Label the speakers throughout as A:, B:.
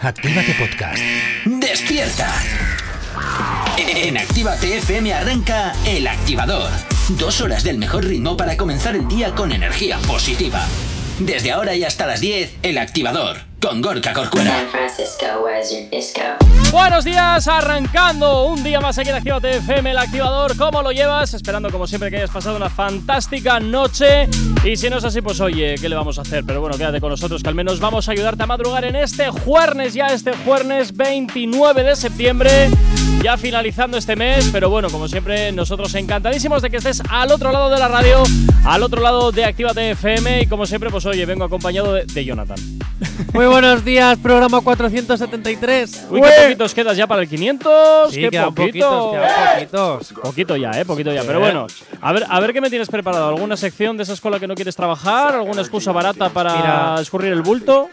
A: Actívate Podcast.
B: ¡Despierta! En Actívate FM arranca El Activador. Dos horas del mejor ritmo para comenzar el día con energía positiva. Desde ahora y hasta las 10, El Activador, con Gorka Corcuera.
C: San Francisco, where's your disco?
D: Buenos días, arrancando un día más aquí en Actívate FM, el activador. ¿Cómo lo llevas? Esperando, como siempre, que hayas pasado una fantástica noche. Y si no es así, pues oye, ¿qué le vamos a hacer? Pero bueno, quédate con nosotros, que al menos vamos a ayudarte a madrugar en este jueves, ya este jueves 29 de septiembre. Ya finalizando este mes, pero bueno, como siempre, nosotros encantadísimos de que estés al otro lado de la radio, al otro lado de Actívate FM. Y como siempre, pues oye, vengo acompañado de, de Jonathan.
E: Muy buenos días, programa 473.
D: Uy, qué poquitos quedas ya para el 500.
E: Sí,
D: qué
E: quedan
D: poquito.
E: poquitos, quedan poquitos.
D: Poquito ya, eh, poquito ya.
E: Sí.
D: Pero bueno, a ver, a ver qué me tienes preparado. ¿Alguna sección de esa escuela que no quieres trabajar? ¿Alguna excusa barata para
E: Mira.
D: escurrir el bulto?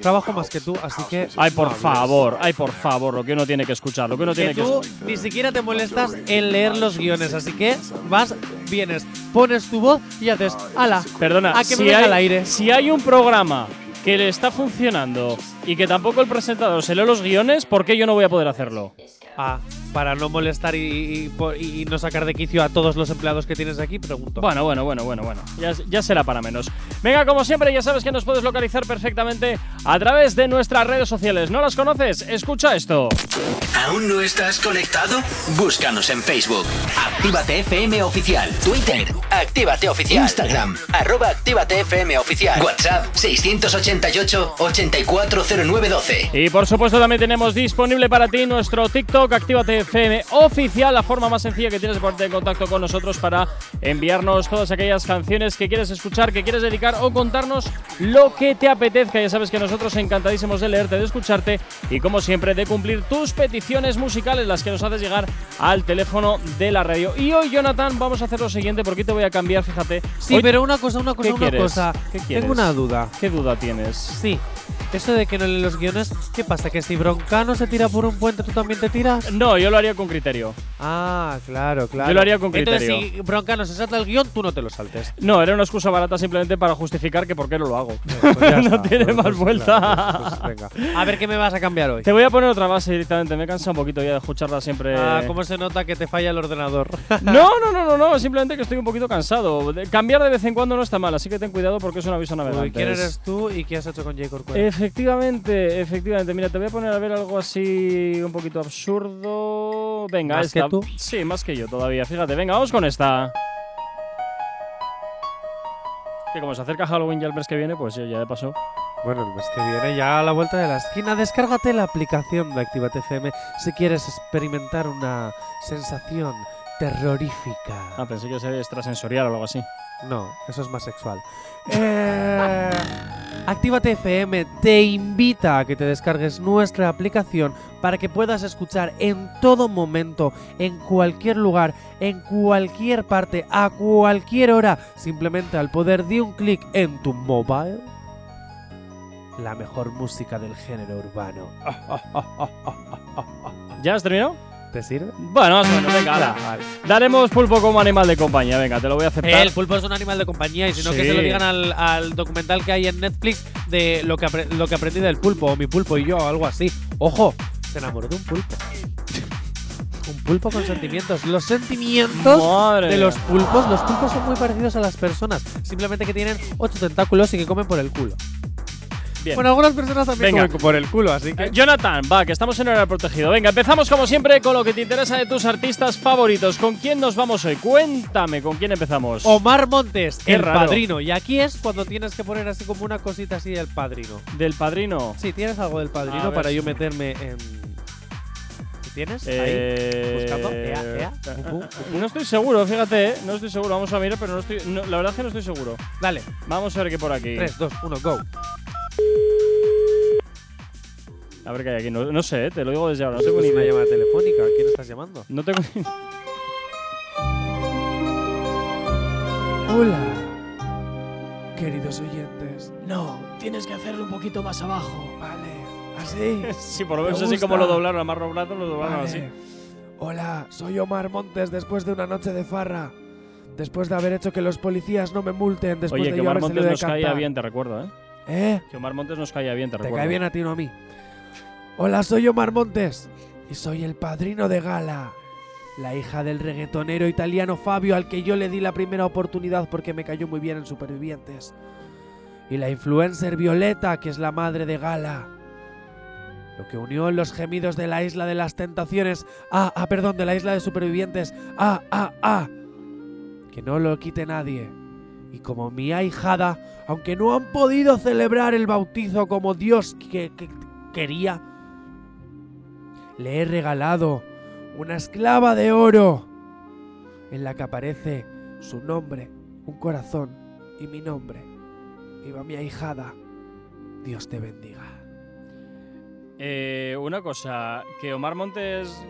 E: Trabajo más que tú, así que.
D: Ay, por
E: no hables.
D: favor, ay, por favor, lo que uno tiene que escuchar, lo que uno tiene
E: Que
D: que
E: tú
D: escuchar.
E: ni siquiera te molestas en leer los guiones, así que vas, vienes, pones tu voz y haces. ¡Hala!
D: Perdona,
E: a que me
D: si
E: venga
D: hay,
E: al aire.
D: si hay un programa que le está funcionando y que tampoco el presentador se lee los guiones, ¿por qué yo no voy a poder hacerlo?
E: Ah, para no molestar y, y po- y no sacar de quicio a todos los empleados que tienes aquí, pregunto.
D: Bueno, bueno, bueno, bueno, bueno. Ya, ya será para menos. Venga, como siempre, ya sabes que nos puedes localizar perfectamente a través de nuestras redes sociales. ¿No las conoces? Escucha esto.
B: ¿Aún no estás conectado? Búscanos en Facebook. Actívate FM Oficial. Twitter. Actívate Oficial. Instagram. Arroba Actívate FM Oficial. WhatsApp 688 840912.
D: Y por supuesto también tenemos disponible para ti nuestro TikTok Actívate FM oficial, la forma más sencilla que tienes de ponerte en contacto con nosotros para enviarnos todas aquellas canciones que quieres escuchar, que quieres dedicar o contarnos lo que te apetezca. Ya sabes que nosotros encantadísimos de leerte, de escucharte y como siempre de cumplir tus peticiones musicales, las que nos haces llegar al teléfono de la radio. Y hoy Jonathan vamos a hacer lo siguiente porque te voy a cambiar, fíjate.
E: sí,
D: Hoy-
E: pero una cosa, una cosa,
D: ¿qué
E: una
D: quieres?
E: cosa.
D: ¿Qué quieres?
E: Tengo una duda.
D: ¿Qué duda tienes?
E: Sí, eso de que no leen los guiones, ¿qué pasa? ¿Que si Broncano se tira por un puente, tú también te tiras?
D: No, yo lo haría con criterio.
E: Ah, claro, claro.
D: Yo lo haría con
E: Entonces,
D: criterio.
E: si Broncano se salta el guión, tú no te lo saltes.
D: No, era una excusa barata simplemente para justificar que por qué no lo hago.
E: Pues
D: no tiene más vuelta. Eh,
E: A ver qué me vas a cambiar hoy.
D: Te voy a poner otra base directamente. Me cansa un poquito ya de escucharla siempre.
E: Ah, cómo se nota que te falla el ordenador.
D: No, no, no, no, no. Simplemente que estoy un poquito cansado. De- cambiar de vez en cuando no está mal, así que ten cuidado porque es un aviso navegante.
E: Uy, ¿Quién eres tú y qué has hecho con J. Corcuera?
D: Eh, Efectivamente, efectivamente. Mira, te voy a poner a ver algo así un poquito absurdo. Venga,
E: ¿Más
D: esta.
E: que tú?
D: Sí, más que yo todavía. Fíjate, venga, vamos con esta. Que como se acerca Halloween ya el mes que viene, pues ya, ya de paso.
E: Bueno, el mes que viene ya a la vuelta de la esquina. Descárgate la aplicación de Actívate FM si quieres experimentar una sensación terrorífica.
D: Ah, pensé que sería extrasensorial o algo así.
E: No, eso es más sexual. Eh, Actívate FM te invita a que te descargues nuestra aplicación para que puedas escuchar en todo momento, en cualquier lugar, en cualquier parte, a cualquier hora, simplemente al poder de un clic en tu mobile, la mejor música del género urbano.
D: ¿Ya has terminado?
E: ¿Te sirve?
D: Bueno, más o menos, venga, hala.
E: Vale.
D: Daremos pulpo como animal de compañía, venga, te lo voy a aceptar.
E: El pulpo es un animal de compañía y si no
D: Sí.
E: que se lo digan al, al documental que hay en Netflix de lo que, apre- lo que aprendí del pulpo, o mi pulpo y yo, o algo así. Ojo, se enamoró de un pulpo. Un pulpo con sentimientos. Los sentimientos
D: Madre
E: de
D: mía.
E: los pulpos, los pulpos son muy parecidos a las personas, simplemente que tienen ocho tentáculos y que comen por el culo.
D: Bien.
E: Bueno, algunas personas también
D: Venga.
E: comen por el culo, así que...
D: Eh, Jonathan, va, que estamos en horario protegido. Venga, empezamos como siempre con lo que te interesa de tus artistas favoritos. ¿Con quién nos vamos hoy? Cuéntame, ¿con quién empezamos?
E: Omar Montes,
D: Qué
E: el
D: raro.
E: padrino. Y aquí es cuando tienes que poner así como una cosita así del padrino.
D: Del padrino.
E: Sí, tienes algo del
D: A
E: padrino
D: ver.
E: para yo meterme en. ¿Qué tienes?
D: Eh,
E: Ahí. Buscando. Ea, ea. Uh, Ujú, ujú.
D: No estoy seguro, fíjate, eh, no estoy seguro. Vamos a mirar, pero no estoy. no, la verdad es que no estoy seguro.
E: Dale.
D: Vamos a ver qué por aquí.
E: 3, 2, 1, go.
D: A ver qué hay aquí. No, no sé, eh, te lo digo desde ahora. No tengo ni
E: Pues una
D: idea.
E: llamada telefónica. ¿Quién estás llamando?
D: No tengo ni-
E: Hola. Queridos oyentes.
F: No, tienes que hacerlo un poquito más abajo.
E: Vale. Así.
D: Sí, por lo
E: Me
D: menos así
E: gusta.
D: como lo doblaron, amarro los brazos, lo doblaron
F: Vale.
D: así.
E: Hola, soy Omar Montes después de una noche de farra. Después de haber hecho que los policías no me multen. Después
D: Oye,
E: de
D: que
E: yo
D: Omar
E: haber
D: Montes
E: salido de
D: nos caía
E: cantar.
D: bien, te recuerdo, ¿eh?
E: ¿Eh?
D: Que Omar Montes nos caía bien, te,
E: ¿Te
D: recuerdo.
E: cae bien a ti o a mí? Hola, soy Omar Montes y soy el padrino de Gala, la hija del reggaetonero italiano Fabio al que yo le di la primera oportunidad porque me cayó muy bien en Supervivientes. Y la influencer Violeta, que es la madre de Gala. Lo que unió en los gemidos de la isla de las tentaciones. Ah, ah, perdón, de la isla de supervivientes. Ah, ah, ah. Que no lo quite nadie. Y como mi ahijada, aunque no han podido celebrar el bautizo como Dios que, que- quería, le he regalado una esclava de oro en la que aparece su nombre, un corazón y mi nombre. Viva mi ahijada. Dios te bendiga.
D: Eh, una cosa, que Omar Montes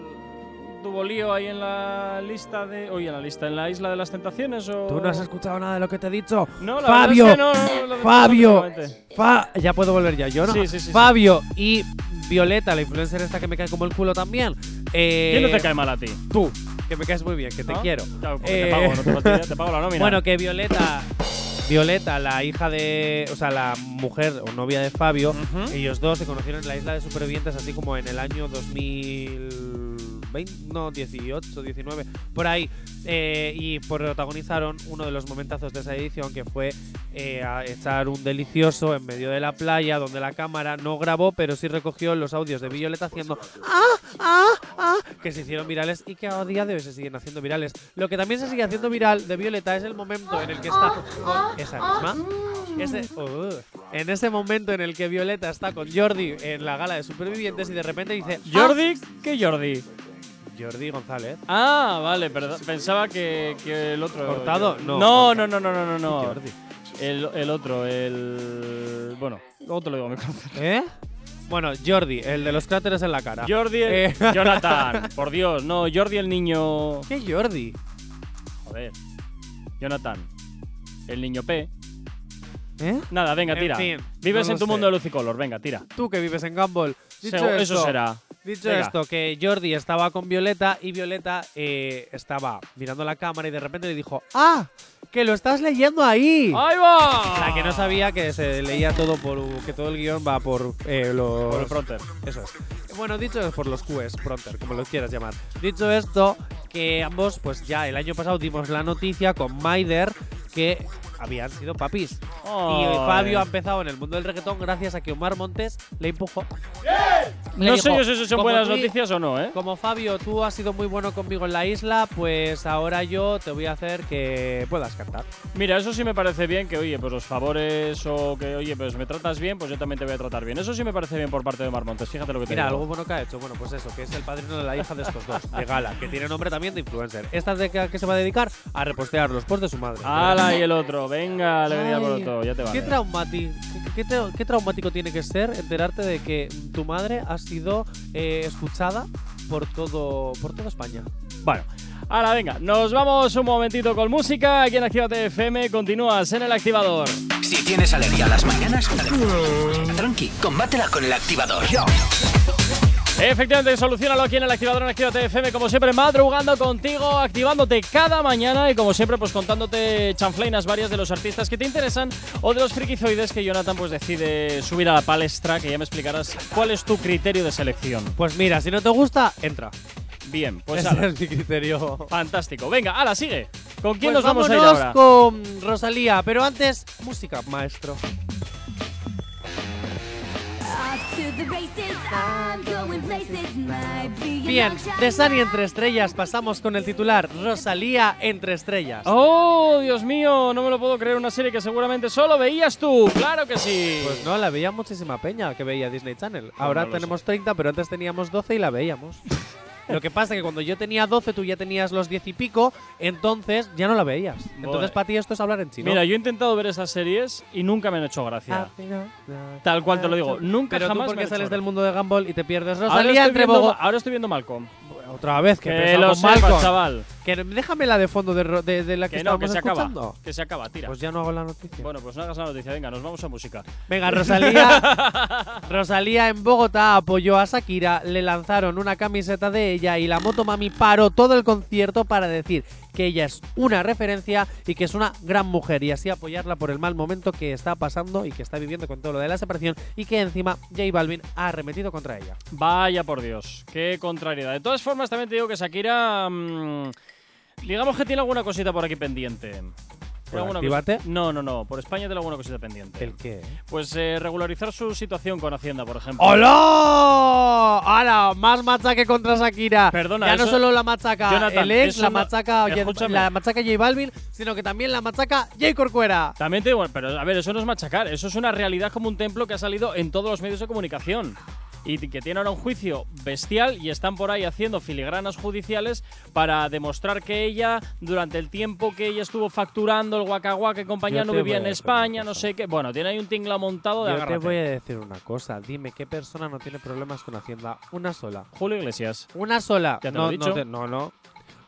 D: tuvo lío ahí en la lista de. Oye, en la lista, en la isla de las tentaciones o.
E: ¿Tú no has escuchado nada de lo que te he dicho?
D: No, la
E: Fabio,
D: verdad es que no, no, no, lo
E: Fabio.
D: definitivamente.
E: Fa- ya puedo volver ya, yo no.
D: Sí, sí, sí, sí.
E: Fabio y Violeta, la influencer esta que me cae como el culo también. Eh,
D: ¿Quién no te cae mal a ti?
E: Tú, que me caes muy bien, que te
D: ¿No?
E: quiero.
D: Claro, porque
E: Eh,
D: te pago, no te, fastidies, te pago la nómina.
E: Bueno, que Violeta, Violeta, la hija de, o sea, la mujer o novia de Fabio,
D: Ujú.
E: ellos dos se conocieron en la isla de supervivientes, así como en el año 2020, no, 18, 19, por ahí, Eh, y protagonizaron uno de los momentazos de esa edición que fue eh, a echar un delicioso en medio de la playa, donde la cámara no grabó, pero sí recogió los audios de Violeta haciendo ¡Ah! ¡Ah! ¡Ah! que se hicieron virales y que a día de hoy se siguen haciendo virales. Lo que también se sigue haciendo viral de Violeta es el momento en el que está con esa misma. Ese- uh, en ese momento en el que Violeta está con Jordi en la gala de supervivientes y de repente dice
D: ¿Jordi? ¿Qué Jordi?
E: "Ah, Jordi González.
D: Ah, vale, perdón, pensaba que, que el otro.
E: ¿Cortado? No,
D: No, no,
E: corta.
D: no, no, no, no. no.
E: Jordi.
D: El, el otro, el. Bueno, luego te lo digo, me conoces.
E: ¿Eh? Bueno, Jordi, el de los cráteres en la cara.
D: Jordi el.
E: Eh.
D: Jonathan, por Dios, no, Jordi el niño.
E: ¿Qué Jordi?
D: Joder. Jonathan, el niño P.
E: ¿Eh?
D: Nada, venga,
E: En
D: tira.
E: fin,
D: Vives
E: no
D: en
E: lo
D: tu
E: sé.
D: mundo de luz y color, venga, tira.
E: Tú que vives en Gumball. Dicho
D: Segu-
E: esto,
D: eso será.
E: Dicho
D: Venga.
E: esto, que Jordi estaba con Violeta y Violeta eh, estaba mirando la cámara y de repente le dijo, ¡Ah! ¡Que lo estás leyendo ahí!
D: ¡Ahí va!
E: La que no sabía que se leía todo por... que todo el guión va por eh, los...
D: Por el fronter.
E: Eso es. Bueno, dicho es por los Qs, Pronter, como lo quieras llamar. Dicho esto, que ambos, pues ya el año pasado dimos la noticia con Maider que habían sido papis. Y Fabio ha empezado en el mundo del reggaetón gracias a que Omar Montes le empujó. Le
D: No sé
E: dijo,
D: yo si eso son
E: "Como
D: buenas
E: tú y-
D: noticias o no, ¿eh?
E: Como Fabio, tú has sido muy bueno conmigo en la isla, pues ahora yo te voy a hacer que puedas cantar.
D: Mira, eso sí me parece bien que, oye, pues los favores o que, oye, pues me tratas bien, pues yo también te voy a tratar bien. Eso sí me parece bien por parte de Omar Montes, fíjate lo que te
E: Mira, algo
D: digo.
E: bueno que ha hecho. Bueno, pues eso, que es el padrino de la hija de estos dos, de Gala, que tiene nombre también de influencer. ¿Esta de qué, a qué se va a dedicar? A repostear los posts de su madre.
D: ¡Hala! Y el otro, venga, le venía por
E: Ay,
D: otro, ya te va.
E: ¿Qué, traumati- qué- qué tra- qué traumático tiene que ser enterarte de que tu madre ha sido eh, escuchada por todo, por toda España?
D: Bueno, ahora venga, nos vamos un momentito con música. Aquí en Actívate FM continúas en el activador.
B: Si tienes alergia a las mañanas, tranqui, combátela con el activador.
D: Efectivamente, solucionalo aquí en el activador en Actívate FM, como siempre, madrugando contigo, activándote cada mañana y como siempre, pues contándote chanflainas varias de los artistas que te interesan o de los frikizoides que Jonathan pues decide subir a la palestra, que ya me explicarás cuál es tu criterio de selección.
E: Pues mira, si no te gusta, entra.
D: Bien, pues
E: Ese
D: ala,
E: es mi criterio.
D: fantástico. Venga, ala, sigue. ¿Con quién nos
E: Pues
D: vamos a ir
E: vámonos
D: ahora?
E: con Rosalía, pero antes, música, maestro. Bien, de Sani entre estrellas pasamos con el titular Rosalía entre estrellas.
D: Oh, Dios mío, no me lo puedo creer, una serie que seguramente solo veías tú. Claro que sí.
E: Pues no, la veía muchísima peña que veía Disney Channel. Ahora
D: Ah, lo
E: tenemos 30, pero antes teníamos 12 y la veíamos. Lo que pasa es que cuando yo tenía 12, tú ya tenías los 10 y pico, entonces ya no la veías. Entonces
D: Vale.
E: para ti esto es hablar en chino.
D: Mira, yo he intentado ver esas series y nunca me han hecho
E: Ah.
D: gracia. Tal cual te lo digo, nunca
E: pero
D: jamás
E: tú
D: me
E: porque
D: han
E: sales
D: hecho
E: del mundo de Gumball y te pierdes
D: Ahora
E: Rosalía
D: estoy,
E: entre
D: viendo,
E: Bogotá.
D: ahora estoy viendo Malcolm.
E: Otra vez, que,
D: Que
E: empezamos
D: lo sepas,
E: Malcolm.
D: chaval.
E: Que déjame la de fondo de, ro- de- de la que,
D: Que no, que
E: estábamos
D: se acaba.
E: escuchando.
D: Que se acaba, tira.
E: Pues ya no hago la noticia.
D: bueno, pues no hagas la noticia. Venga, nos vamos a música.
E: Venga, Rosalía. Rosalía en Bogotá apoyó a Shakira, le lanzaron una camiseta de ella y la moto mami paró todo el concierto para decir que ella es una referencia y que es una gran mujer y así apoyarla por el mal momento que está pasando y que está viviendo con todo lo de la separación y que encima J Balvin ha arremetido contra ella.
D: Vaya por Dios, qué contrariedad. De todas formas, también te digo que Shakira. mm, digamos que tiene alguna cosita por aquí pendiente. Tiene
E: ¿Por
D: alguna
E: Actívate?
D: cosi- No, no, no. Por España tiene alguna cosita pendiente.
E: ¿El qué?
D: Pues eh, regularizar su situación con Hacienda, por ejemplo.
E: ¡Hola! ¡Hala! Más machaque contra Shakira.
D: Perdona,
E: Ya no
D: eso-
E: solo la machaca
D: Jonathan,
E: el ex,
D: eso
E: la
D: no-
E: machaca, J-
D: Escúchame.
E: la machaca J Balvin, sino que también la machaca J Corcuera.
D: También te digo, pero a ver, eso no es machacar, eso es una realidad como un templo que ha salido en todos los medios de comunicación y que tiene ahora un juicio bestial y están por ahí haciendo filigranas judiciales para demostrar que ella, durante el tiempo que ella estuvo facturando el guacaguaca y compañía,
E: Yo
D: no
E: te voy
D: vivía
E: a
D: en
E: decir
D: España,
E: una
D: no
E: cosa.
D: sé qué. Bueno, tiene ahí un tingla montado de
E: Yo te
D: agárrate.
E: voy a decir una cosa. Dime, ¿qué persona no tiene problemas con Hacienda? Una sola.
D: Julio Iglesias.
E: Una sola.
D: Ya te
E: no,
D: lo he dicho.
E: No, te- no, no.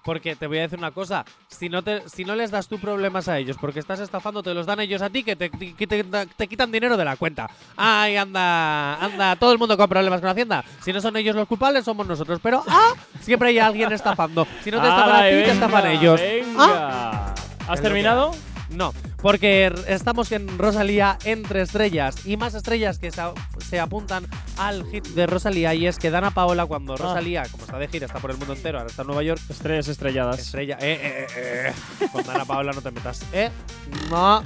E: Porque te voy a decir una cosa, si no, te, si no les das tú problemas a ellos porque estás estafando, te los dan ellos a ti que te, que te- te quitan dinero de la cuenta. Ay, anda, anda, todo el mundo con problemas con Hacienda. Si no son ellos los culpables, somos nosotros. Pero, ah, siempre hay alguien estafando. Si no te estafan a
D: ¡Hala,
E: ti, te
D: venga,
E: estafan ellos. Ah,
D: venga!
E: Es
D: ¿Has
E: lo
D: terminado?
E: no, porque r- estamos en Rosalía entre estrellas y más estrellas que se, a- se apuntan al hit de Rosalía y es que Dana Paola
D: Ah.
E: cuando Rosalía, como está de gira, está por el mundo entero, ahora está en Nueva York,
D: Estrellas estrelladas.
E: estrella, eh, eh, eh, eh, con Dana Paola no te metas, eh, no,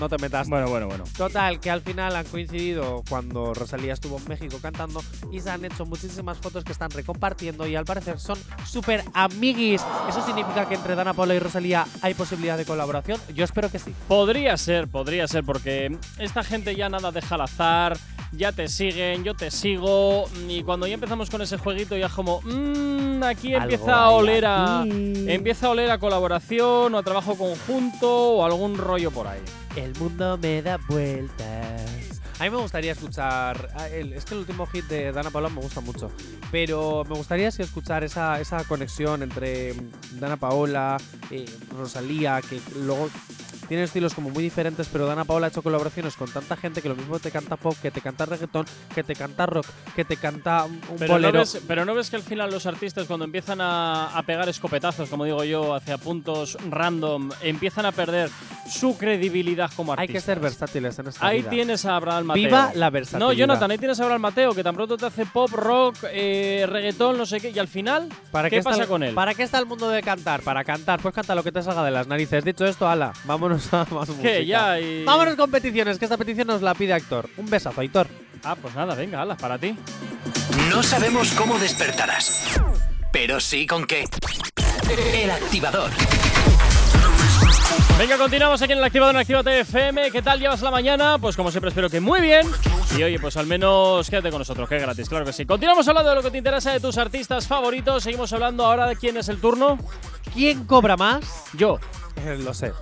E: no te metas.
D: Bueno, bueno, bueno.
E: Total, que al final han coincidido cuando Rosalía estuvo en México cantando y se han hecho muchísimas fotos que están recompartiendo y al parecer son súper amiguis. ¿Eso significa que entre Dana Paola y Rosalía hay posibilidad de colaboración? Yo espero que sí.
D: Podría ser, podría ser, porque esta gente ya nada deja al azar, ya te siguen, yo te sigo, y cuando ya empezamos con ese jueguito ya es como, mmm, aquí
E: Algo
D: empieza a
E: hay
D: oler a...
E: aquí.
D: Empieza a oler a colaboración o a trabajo conjunto o algún rollo por ahí.
E: El mundo me da vueltas. A mí me gustaría escuchar. a- el- Es que el último hit de Dana Paola me gusta mucho. Pero me gustaría sí, escuchar esa, esa conexión entre mm, Dana Paola, eh, Rosalía, que luego tienen estilos como muy diferentes. Pero Dana Paola ha hecho colaboraciones con tanta gente que lo mismo te canta pop, que te canta reggaetón, que te canta rock, que te canta un, un
D: Pero no,
E: bolero.
D: ves, pero no ves que al final los artistas cuando empiezan a, a pegar escopetazos, como digo yo, hacia puntos random, empiezan a perder su credibilidad como
E: Hay
D: artistas.
E: que ser versátiles en esta
D: Ahí
E: vida.
D: tienes a Abraham Mateo.
E: Viva la versatilidad.
D: No, Jonathan, ahí tienes ahora al Mateo, que tan pronto te hace pop, rock, eh, reggaetón, no sé qué, y al final,
E: ¿Para
D: ¿qué
E: está
D: pasa
E: el-
D: con él?
E: ¿Para qué está el mundo de cantar? Para cantar, pues canta lo que te salga de las narices. Dicho esto, ala, vámonos a más música.
D: ¿Qué? Ya, y...
E: Vámonos con peticiones, que esta petición nos la pide Actor. Un besazo, Aitor.
D: Ah, pues nada, venga, hala, para ti.
B: No sabemos cómo despertarás, pero sí con qué. El activador.
D: Venga, continuamos aquí en el Activador en Activate FM. ¿Qué tal llevas la mañana? Pues como siempre, espero que muy bien. Y oye, pues al menos quédate con nosotros, que es gratis, claro que sí. Continuamos hablando de lo que te interesa de tus artistas favoritos. Seguimos hablando ahora de quién es el turno.
E: ¿Quién cobra más?
D: Yo.
E: Eh, lo sé.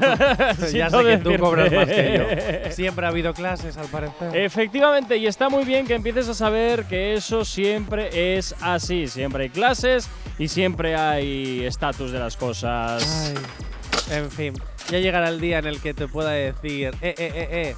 E: ya
D: Siento
E: sé que tú
D: decirte.
E: cobras más que yo. Siempre ha habido clases, al parecer.
D: Eh. Efectivamente, y está muy bien que empieces a saber que eso siempre es así. Siempre hay clases y siempre hay estatus de las cosas.
E: Ay, En fin, ya llegará el día en el que te pueda decir, eh, eh, eh, eh,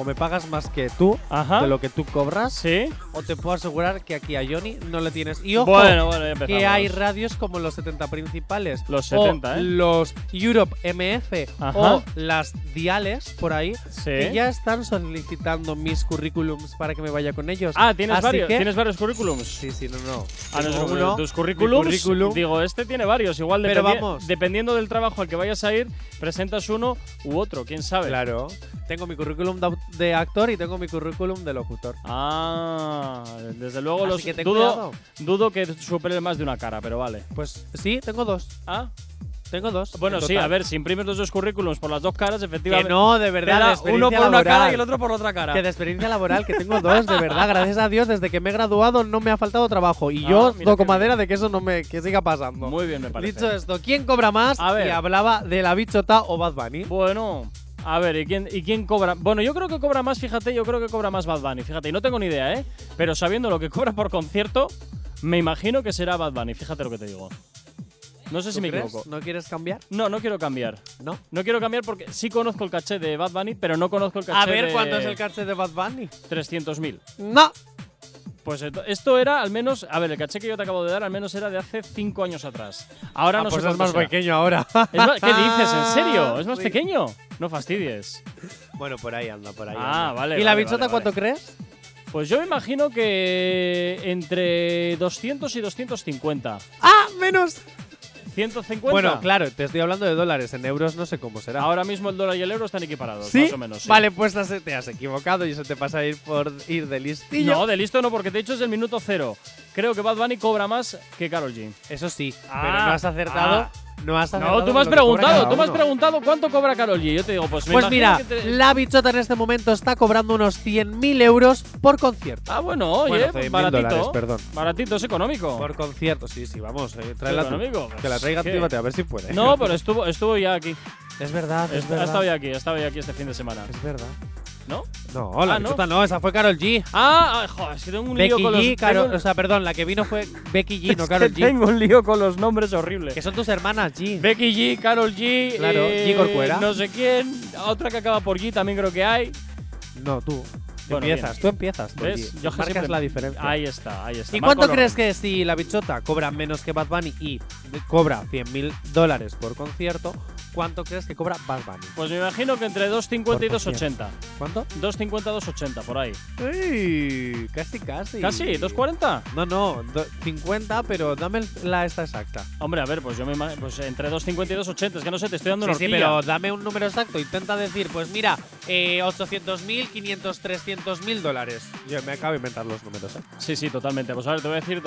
E: o me pagas más que tú,
D: Ajá.
E: de lo que tú cobras,
D: ¿Sí?
E: o te puedo asegurar que aquí a Johnny no le tienes. Y ojo,
D: Bueno, bueno, ya empezamos.
E: que hay radios como los 70 principales.
D: Los
E: o
D: 70, ¿eh?
E: Los Europe MF
D: Ajá.
E: o las Diales por ahí.
D: Sí.
E: Que ya están solicitando mis currículums para que me vaya con ellos.
D: Ah, tienes
E: Así
D: varios,
E: que-
D: tienes varios currículums.
E: Sí, sí, no, no.
D: A
E: Tengo
D: nosotros,
E: uno,
D: tus
E: mi
D: currículums,
E: currículum.
D: digo, este tiene varios, igual
E: Pero
D: dependi-
E: vamos.
D: dependiendo del trabajo al que vayas a ir, presentas uno u otro, quién sabe.
E: Claro. Tengo mi currículum de au- de actor y tengo mi currículum de locutor.
D: Ah, desde luego
E: Así
D: los
E: que ten
D: dudo,
E: cuidado.
D: dudo que supere más de una cara, pero vale.
E: Pues sí, tengo dos.
D: Ah,
E: Tengo dos.
D: bueno,
E: en
D: sí,
E: total.
D: a ver, si imprimes los dos currículums por las dos caras,
E: Que
D: efectivamente.
E: no, de
D: te da
E: verdad. de
D: uno
E: experiencia
D: por una cara
E: laboral.
D: y el otro por otra cara.
E: Que de experiencia laboral, que tengo dos, de verdad, gracias a Dios, desde que me he graduado no me ha faltado trabajo. Y
D: Ah,
E: yo
D: mira
E: toco
D: qué
E: madera de que eso no me que siga pasando.
D: Muy bien, me parece.
E: Dicho esto, ¿quién cobra más?
D: A ver.
E: Y hablaba de la bichota o Bad Bunny.
D: Bueno, a ver, ¿y quién, ¿y quién cobra? Bueno, yo creo que cobra más, fíjate, yo creo que cobra más Bad Bunny, fíjate, y no tengo ni idea, ¿eh? Pero sabiendo lo que cobra por concierto, me imagino que será Bad Bunny, fíjate lo que te digo. No sé si
E: ¿Tú
D: me
E: crees?
D: equivoco.
E: ¿No quieres cambiar?
D: No, no quiero cambiar.
E: ¿No?
D: No quiero cambiar porque sí conozco el caché de Bad Bunny, pero no conozco el caché
E: A ver
D: de
E: cuánto es el caché de Bad Bunny.
D: 300.000.
E: No.
D: Pues esto- esto era al menos, a ver, el caché que yo te acabo de dar al menos era de hace 5 años atrás. Ahora
E: Ah,
D: no
E: pues
D: sé
E: es más
D: cuánto será.
E: pequeño Ah, ahora.
D: Es más- ¿Qué dices? ¿En serio? ¿Es más
E: Sí.
D: pequeño? No fastidies.
E: Bueno, por ahí anda, por ahí.
D: Ah,
E: anda.
D: vale,
E: ¿Y la
D: vale,
E: bichota
D: vale,
E: cuánto crees?
D: Pues yo me imagino que entre 200 y 250.
E: ¡Ah! ¡Menos!
D: 150.
E: Bueno, claro, te estoy hablando de dólares. En euros no sé cómo será.
D: Ahora mismo el dólar y el euro están equiparados,
E: ¿Sí?
D: más o menos. sí.
E: Vale, pues te has- te has equivocado y eso te pasa a ir por ir de listillo.
D: No, de listo no, porque te he dicho es el minuto cero. Creo que Bad Bunny cobra más que Carol G.
E: Eso sí,
D: Ah,
E: pero no has acertado.
D: ah.
E: No, has
D: No,
E: acertado
D: tú
E: con
D: me has
E: lo que cobra
D: preguntado,
E: cada
D: tú me has
E: uno.
D: preguntado cuánto cobra Carol G. Yo te digo, pues me
E: Pues
D: imagino
E: mira,
D: que te-
E: la bichota en este momento está cobrando unos 100.000 euros por concierto.
D: Ah, bueno, oye,
E: Bueno,
D: pues
E: 100.000
D: baratito.
E: dólares, perdón.
D: Baratito es económico.
E: Por concierto, sí, sí, vamos, eh, tráela tú.
D: económico,
E: Que la traiga
D: ¿qué?
E: Actívate, a ver si puede.
D: No, pero estuvo, estuvo ya aquí.
E: Es verdad, es
D: Est- Ha
E: verdad.
D: estado ya aquí, ha estado ya aquí este fin de semana.
E: Es verdad.
D: ¿No?
E: No, la
D: Ah, ¿no?
E: bichota no, esa fue Carol G.
D: Ah, ay, joder, es que tengo un lío
E: Becky
D: con los
E: G, Karol-
D: tengo-
E: o sea, perdón, la que vino fue Becky G,
D: es
E: no
D: que
E: Carol G.
D: Tengo un lío con los nombres horribles.
E: Que son tus hermanas G.
D: Becky G, Carol G,
E: Claro,
D: eh,
E: G Corcuera.
D: No sé quién, otra que acaba por G también creo que hay.
E: no, tú.
D: Bueno,
E: empiezas,
D: bien.
E: tú empiezas. con
D: ¿Ves?
E: G.
D: Yo que
E: Marcas
D: siempre-
E: la diferencia.
D: Ahí está, ahí está.
E: ¿Y
D: Marco
E: cuánto
D: lo-
E: crees que si la bichota cobra menos que Bad Bunny y cobra 100.000 dólares por concierto, cuánto crees que cobra Bad Bunny?
D: Pues me imagino que entre 2.50 y
E: Por concierto.
D: 2.80.
E: ¿Cuánto?
D: 2.50, 2.80, por ahí.
E: Uy, casi, casi.
D: Casi, 2.40.
E: No, no, do- 50, pero dame el- la esta exacta.
D: Hombre, a ver, pues yo me imagino. Pues entre 2.50 y 2.80, es que no sé, te estoy dando
E: Sí,
D: una
E: sí,
D: horquilla.
E: pero dame un número exacto. Intenta decir, pues mira, eh, 800.000, 500, 300.000 dólares. Yo me acabo de inventar los números, ¿eh?
D: Sí, sí, totalmente. Pues a ver, te voy a decir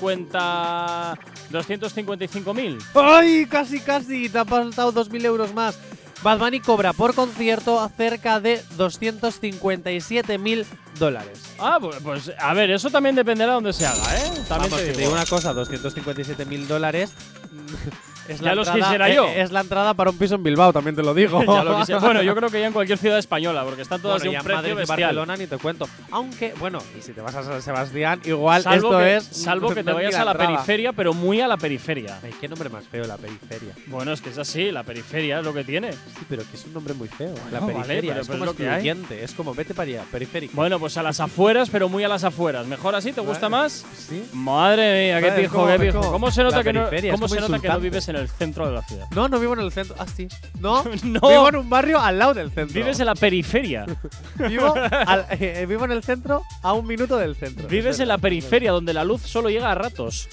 D: 250. 255.000.
E: ¡Ay! Casi, casi. Te han faltado 2.000 euros más. Bad Bunny cobra por concierto cerca de 257.000 dólares.
D: Ah, bu- pues a ver, eso también dependerá de dónde se haga, ¿eh? También
E: Vamos,
D: te
E: que te
D: digo.
E: digo una cosa, 257.000 dólares mm, es la
D: Ya los
E: entrada-
D: quisiera
E: es-
D: yo.
E: Es la entrada para un piso en Bilbao, también te lo digo.
D: Ya lo quisiera. Bueno, yo creo que ya en cualquier ciudad española, porque están todas
E: Bueno,
D: de un
E: ya en
D: precio
E: Madrid y
D: bestial.
E: Barcelona ni te cuento. Aunque, bueno, y si te vas a San Sebastián, igual
D: salvo
E: esto
D: que,
E: es.
D: salvo que
E: no
D: te
E: es
D: vayas
E: ni la
D: a la
E: entrada.
D: periferia, pero muy a la periferia.
E: Ay, qué nombre más feo, la periferia.
D: Bueno, es que es así, la periferia es lo que tiene.
E: Sí, pero que es un nombre muy feo. la
D: vale,
E: periferia
D: pero-
E: es
D: pero es
E: como
D: lo que hay.
E: excluyente, es como vete para allá, periférico.
D: Bueno, pues a las afueras, pero muy a las afueras. ¿Mejor así? ¿Te gusta más?
E: Sí.
D: Madre mía, qué
E: Joder,
D: pijo,
E: ¿cómo-
D: qué pijo.
E: cómo-
D: ¿Cómo se nota,
E: la
D: que no,
E: periferia, es
D: cómo se
E: como
D: nota que no
E: insultante.
D: vives en el centro de la ciudad?
E: No, no vivo en el centro. Ah, sí. No,
D: No.
E: Vivo en un barrio al lado del centro.
D: Vives en la periferia.
E: Vivo, al- eh, vivo en el centro a un minuto del centro.
D: Vives
E: Es
D: en la
E: verdad,
D: periferia, donde la luz solo llega a ratos.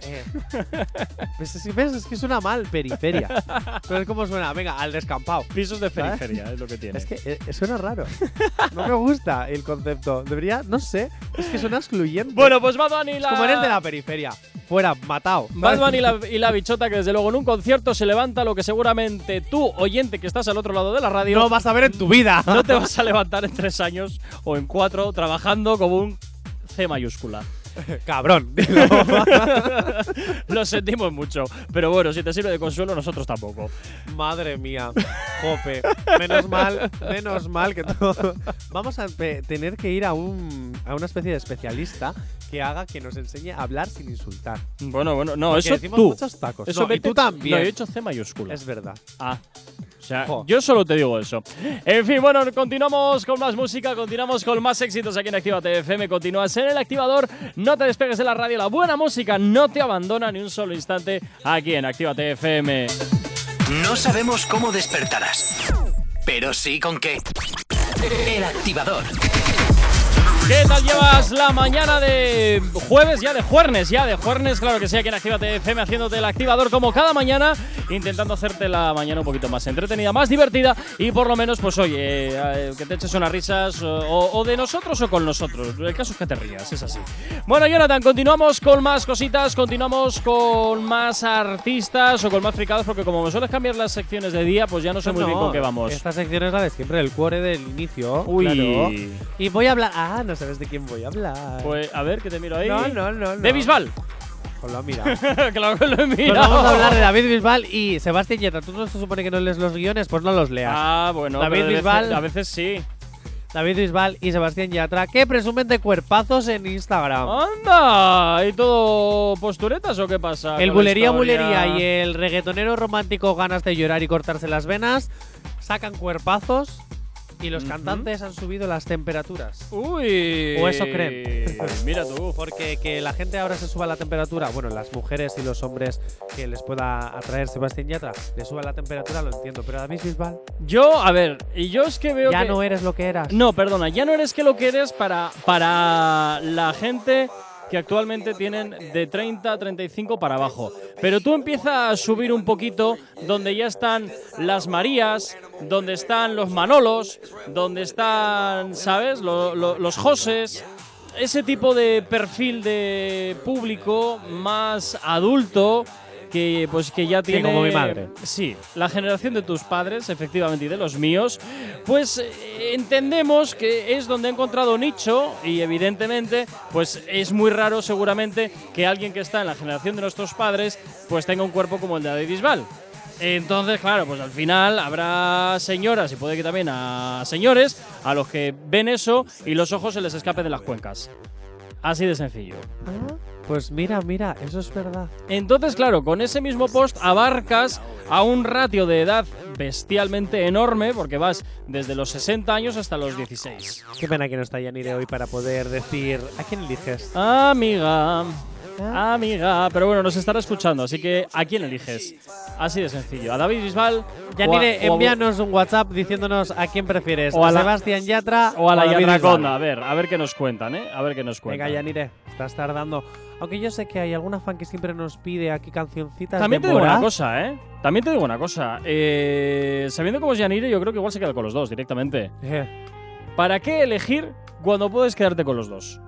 E: es verdad. Eh, pues si ves, es que suena mal, periferia. Pero es como suena, venga, al descampado.
D: Pisos de
E: ¿Sabes?
D: periferia, es lo que tiene.
E: Es que eh, suena raro. No me gusta el concepto. Debería, no sé, es que suena excluyente.
D: Bueno, pues Bad Bunny
E: Es
D: la...
E: como eres de la periferia. Fuera, matado.
D: Bad Bunny y la, y la bichota que desde luego en un concierto se levanta lo que seguramente tú, oyente que estás al otro lado de la radio,
E: No vas a ver en tu vida.
D: no te vas a levantar en tres años o en cuatro trabajando como un C mayúscula.
E: Cabrón.
D: Lo sentimos mucho, pero bueno, si te sirve de consuelo, nosotros tampoco.
E: Madre mía, jope. Menos mal, menos mal que todo. Vamos a pe- tener que ir a, un, a una especie de especialista que haga que nos enseñe a hablar sin insultar.
D: Bueno, bueno, no,
E: Porque
D: eso
E: decimos
D: tú.
E: muchos tacos.
D: Eso
E: No, y
D: vete-
E: tú también.
D: No, yo he hecho C mayúscula.
E: Es verdad.
D: Ah. O sea,
E: Jo.
D: yo solo te digo eso. En fin, bueno, continuamos con más música, continuamos con más éxitos aquí en Actívate FM. Continúas en el activador, no te despegues de la radio. La buena música no te abandona ni un solo instante aquí en Actívate FM.
B: No sabemos cómo despertarás, pero sí con qué. El activador.
D: ¿Qué tal llevas la mañana de jueves, ya de jueves, ya de jueves? Claro que sí, aquí en Actívate FM haciéndote el activador como cada mañana, intentando hacerte la mañana un poquito más entretenida, más divertida y por lo menos, pues oye, eh, que te eches unas risas o, o de nosotros o con nosotros. El caso es que te rías, es así. Bueno, Jonathan, continuamos con más cositas, continuamos con más artistas o con más fricadas, porque como me sueles cambiar las secciones de día, pues ya no sé muy bien
E: No,
D: con qué vamos.
E: Esta sección es la de siempre, el cuore del inicio.
D: Uy.
E: claro. Y voy a hablar. Ah, no sabes de quién voy a hablar.
D: Pues a ver, que te miro ahí.
E: no, no, no, no.
D: De Bisbal.
E: Hola, mira.
D: claro que lo he
E: Pues
D: mirado.
E: vamos a hablar de David Bisbal y Sebastián Yeta. ¿Tú no se supone que no lees los guiones? Pues no los leas.
D: Ah, bueno,
E: David
D: pero de veces-
E: Bisbal.
D: a veces sí.
E: David Bisbal y Sebastián Yatra, que presumen de cuerpazos en Instagram.
D: Ah. ¡Anda! ¿Y todo posturetas o qué pasa? con
E: El
D: la
E: bulería
D: historia?
E: bulería y el reggaetonero romántico ganas de llorar y cortarse las venas sacan cuerpazos Y los cantantes han subido las temperaturas.
D: Uy.
E: O eso creen.
D: Mira tú.
E: Porque que la gente ahora se suba la temperatura, bueno, las mujeres y los hombres que les pueda atraer Sebastián Yatra, le suba la temperatura, lo entiendo. Pero David Bisbal,
D: Yo, a ver, y yo es que veo
E: ya
D: que.
E: no eres lo que eras.
D: No, perdona, ya no eres que lo que eres para, para la gente que actualmente tienen de 30 a 35 para abajo. Pero tú empiezas a subir un poquito donde ya están las Marías, donde están los Manolos, donde están, ¿sabes? Lo- lo- los Joses. Ese tipo de perfil de público más adulto que pues que ya tiene
E: como mi madre.
D: Sí, la generación de tus padres, efectivamente, y de los míos, pues eh, entendemos que es donde ha encontrado nicho y evidentemente, pues es muy raro seguramente que alguien que está en la generación de nuestros padres, pues tenga un cuerpo como el de David Bisbal. Entonces, claro, pues al final habrá señoras y puede que también a señores a los que ven eso y los ojos se les escapen de las cuencas. Así de sencillo.
E: Ah, Pues mira, mira, eso es verdad.
D: Entonces, claro, con ese mismo post abarcas a un ratio de edad bestialmente enorme, porque vas desde los 60 años hasta los 16.
E: Qué pena que no está Yanire hoy para poder decir a quién eliges.
D: Amiga, amiga, pero bueno, nos estará escuchando, así que ¿a quién eliges? Así de sencillo, ¿a David Bisbal?
E: Yanire,
D: o a-
E: envíanos un WhatsApp diciéndonos a quién prefieres,
D: O a
E: a,
D: la-
E: Sebastián Yatra
D: O a la
E: David Bisbal.
D: Yatraconda, a ver, a ver qué nos cuentan, ¿eh? A ver qué nos
E: Venga,
D: cuentan.
E: Yanire, estás tardando. Aunque yo sé que hay alguna fan que siempre nos pide aquí cancioncitas
D: También
E: de
D: te digo una
E: Morat.
D: cosa, ¿eh? También te digo una cosa. Eh, sabiendo cómo es Yanire, yo creo que igual se queda con los dos directamente.
E: Eh,
D: ¿Para qué elegir cuando puedes quedarte con los dos?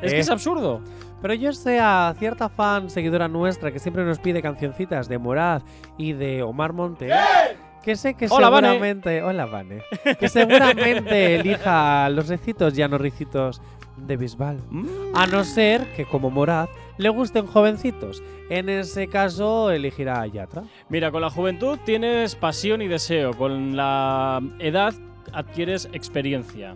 D: Es que
E: Eh.
D: es absurdo.
E: Pero yo sé a cierta fan seguidora nuestra que siempre nos pide cancioncitas de Morad y de Omar Monte. Que sé que
D: ¡Eh! Hola, Vane.
E: seguramente. Hola, Vane. Que seguramente elija los recitos, ya no recitos, de Bisbal.
D: Mm.
E: A no ser que, como Morad, le gusten jovencitos. En ese caso, elegirá a Yatra.
D: Mira, con la juventud tienes pasión y deseo. Con la edad adquieres experiencia.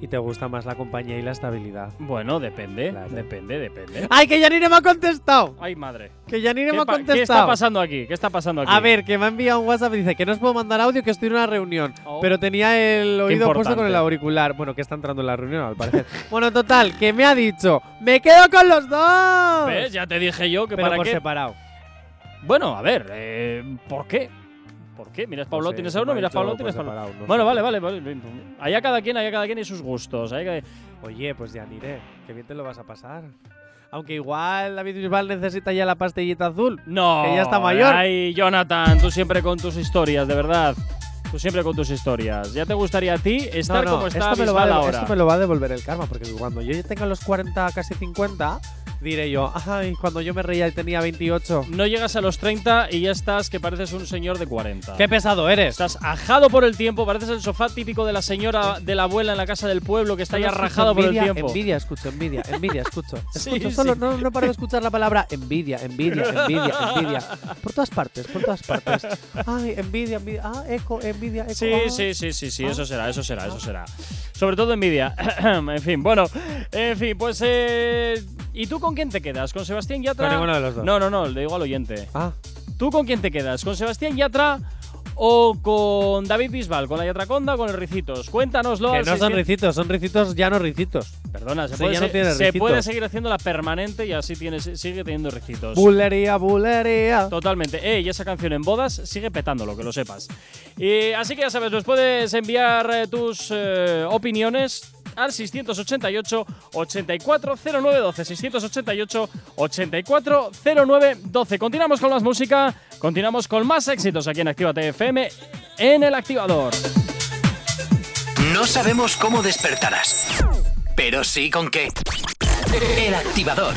E: Y te gusta más la compañía y la estabilidad.
D: Bueno, depende,
E: Claro.
D: depende, depende.
E: ¡Ay, que Yanire me ha contestado!
D: ¡Ay, madre!
E: ¡Que Yanire me ha
D: pa-
E: contestado!
D: está pasando aquí? ¿Qué está pasando aquí?
E: A ver, que me ha enviado un WhatsApp y dice que no os puedo mandar audio, que estoy en una reunión.
D: Oh.
E: Pero tenía el oído puesto
D: importante.
E: con el auricular. Bueno, que está entrando en la reunión, al parecer. bueno, total, que me ha dicho, ¡me quedo con los dos!
D: ¿Ves? Ya te dije yo que
E: Pero
D: para
E: por
D: qué.
E: separado.
D: Bueno, a ver, eh, ¿por qué? ¿Por qué? Miras Pablo,
E: No sé,
D: tienes
E: me
D: a uno,
E: ha
D: miras
E: dicho
D: Pablo,
E: por
D: tienes a uno.
E: separado, no
D: Bueno,
E: sé.
D: vale, vale, vale. Allá cada quien, allá cada quien y sus gustos. Ahí cada-
E: Oye, pues ya diré, que bien te lo vas a pasar. Aunque igual David Bisbal necesita ya la pastillita azul.
D: No.
E: Que ya está mayor.
D: Ay, Jonathan, tú siempre con tus historias, de verdad. Tú siempre con tus historias. Ya te gustaría a ti estar
E: no, no,
D: como está
E: esto, me lo va a
D: Bisbal
E: devo-
D: ahora.
E: esto me lo va a devolver el karma, porque cuando yo tenga los 40, casi 50, diré yo, ay, cuando yo me reía y tenía 28.
D: No llegas a los 30 y ya estás que pareces un señor de 40.
E: ¡Qué pesado eres!
D: Estás ajado por el tiempo, pareces el sofá típico de la señora de la abuela en la casa del pueblo que está ya
E: Solo escucho
D: rajado por el
E: envidia,
D: tiempo.
E: Envidia, escucho, envidia, envidia, escucho.
D: Sí,
E: Escucho
D: sí.
E: solo, no, no paro de escuchar la palabra envidia, envidia, envidia, envidia. Por todas partes, por todas partes. Ay, envidia, envidia. Ah, eco, envidia, eco.
D: Sí,
E: ah.
D: sí, sí, sí, sí,
E: Ah.
D: eso será, eso será, eso será. Sobre todo envidia. en fin, bueno, en fin, pues eh, ¿y tú con quién te quedas? ¿Con Sebastián Yatra?
E: Con ninguno de los dos.
D: No, no, no, le digo al oyente.
E: Ah,
D: ¿Tú con quién te quedas? ¿Con Sebastián Yatra o con David Bisbal? ¿Con la Yatraconda o con el Ricitos? Cuéntanoslo.
E: que
D: al
E: no son
D: 600.
E: ricitos, son ricitos ya no ricitos.
D: Perdona, se,
E: Sí,
D: puede,
E: ya no
D: se-
E: tiene
D: se
E: Ricitos.
D: puede seguir haciendo la permanente y así tiene, sigue teniendo Ricitos.
E: Bulería, bulería.
D: Totalmente. Eh, y esa canción en bodas sigue petándolo, que lo sepas. Y, así que ya sabes, nos puedes enviar eh, tus eh, opiniones al 688 840912 688 840912 Continuamos con más música, continuamos con más éxitos aquí en Actívate FM en el activador.
B: No sabemos cómo despertarás, pero sí con qué. El activador.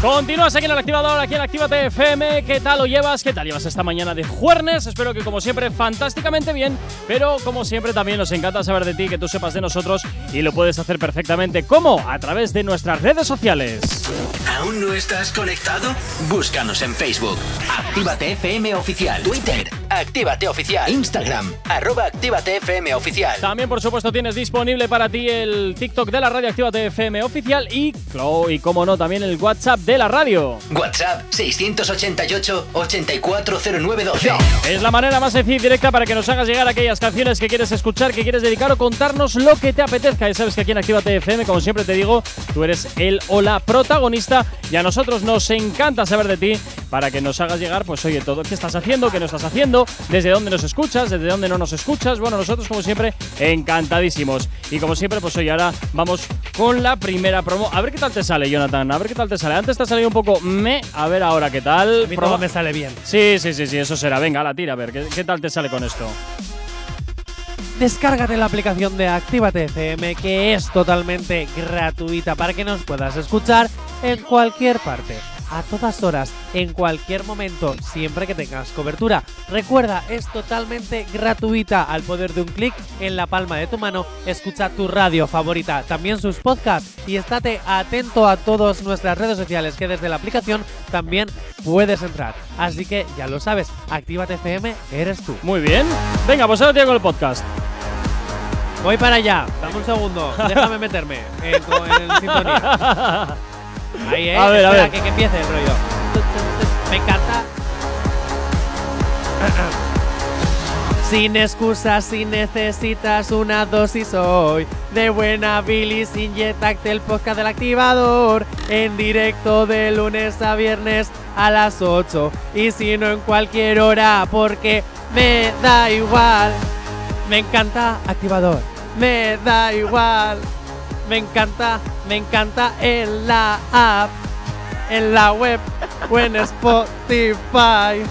D: Continúas aquí en el activador, aquí en Actívate FM. ¿Qué tal lo llevas? ¿Qué tal llevas esta mañana de jueves? Espero que, como siempre, fantásticamente bien. Pero, como siempre, también nos encanta saber de ti, que tú sepas de nosotros y lo puedes hacer perfectamente. ¿Cómo? A través de nuestras redes sociales.
B: ¿Aún no estás conectado? Búscanos en Facebook. Actívate FM Oficial. Twitter. Actívate Oficial. Instagram. Arroba Actívate FM Oficial.
D: También, por supuesto, tienes disponible para ti el TikTok de la radio Actívate FM oficial y, claro, y como no, también el WhatsApp de la radio.
B: WhatsApp 688 840912.
D: Es la manera más sencilla y directa para que nos hagas llegar aquellas canciones que quieres escuchar, que quieres dedicar o contarnos lo que te apetezca. Y sabes que aquí en Actívate FM, como siempre te digo, tú eres el o la protagonista y a nosotros nos encanta saber de ti para que nos hagas llegar, pues oye, todo, qué estás haciendo, qué no estás haciendo, desde dónde nos escuchas, desde dónde no nos escuchas. Bueno, nosotros como siempre encantadísimos. Y como siempre, pues oye, ahora vamos con la primera promo. A ver qué tal te sale, Jonathan, a ver qué tal te sale. Antes te ha salido un poco me, a ver ahora qué tal.
E: A mí
D: Proba-
E: todo me sale bien.
D: Sí, sí, sí, sí, eso será. Venga, la tira, a ver, ¿qué, qué tal te sale con esto?
E: Descárgate la aplicación de Actívate FM que es totalmente gratuita para que nos puedas escuchar en cualquier parte, a todas horas, en cualquier momento, siempre que tengas cobertura. Recuerda, es totalmente gratuita. Al poder de un clic en la palma de tu mano, escucha tu radio favorita, también sus podcasts y estate atento a todas nuestras redes sociales que desde la aplicación también puedes entrar. Así que ya lo sabes, Actívate FM eres tú.
D: Muy bien. Venga, pues ahora te con el podcast.
E: Voy para allá, dame un segundo, déjame meterme en, co- en sintonía. Ahí, eh.
D: A ver, a
E: Espera,
D: ver.
E: Que, que empiece el rollo. Me encanta. Sin excusas, si necesitas una dosis hoy de buena bilis, inyectarte el podcast del activador en directo de lunes a viernes a las 8 y si no en cualquier hora porque me da igual. Me encanta activador, me da igual. Me encanta, me encanta en la app, en la web o en Spotify.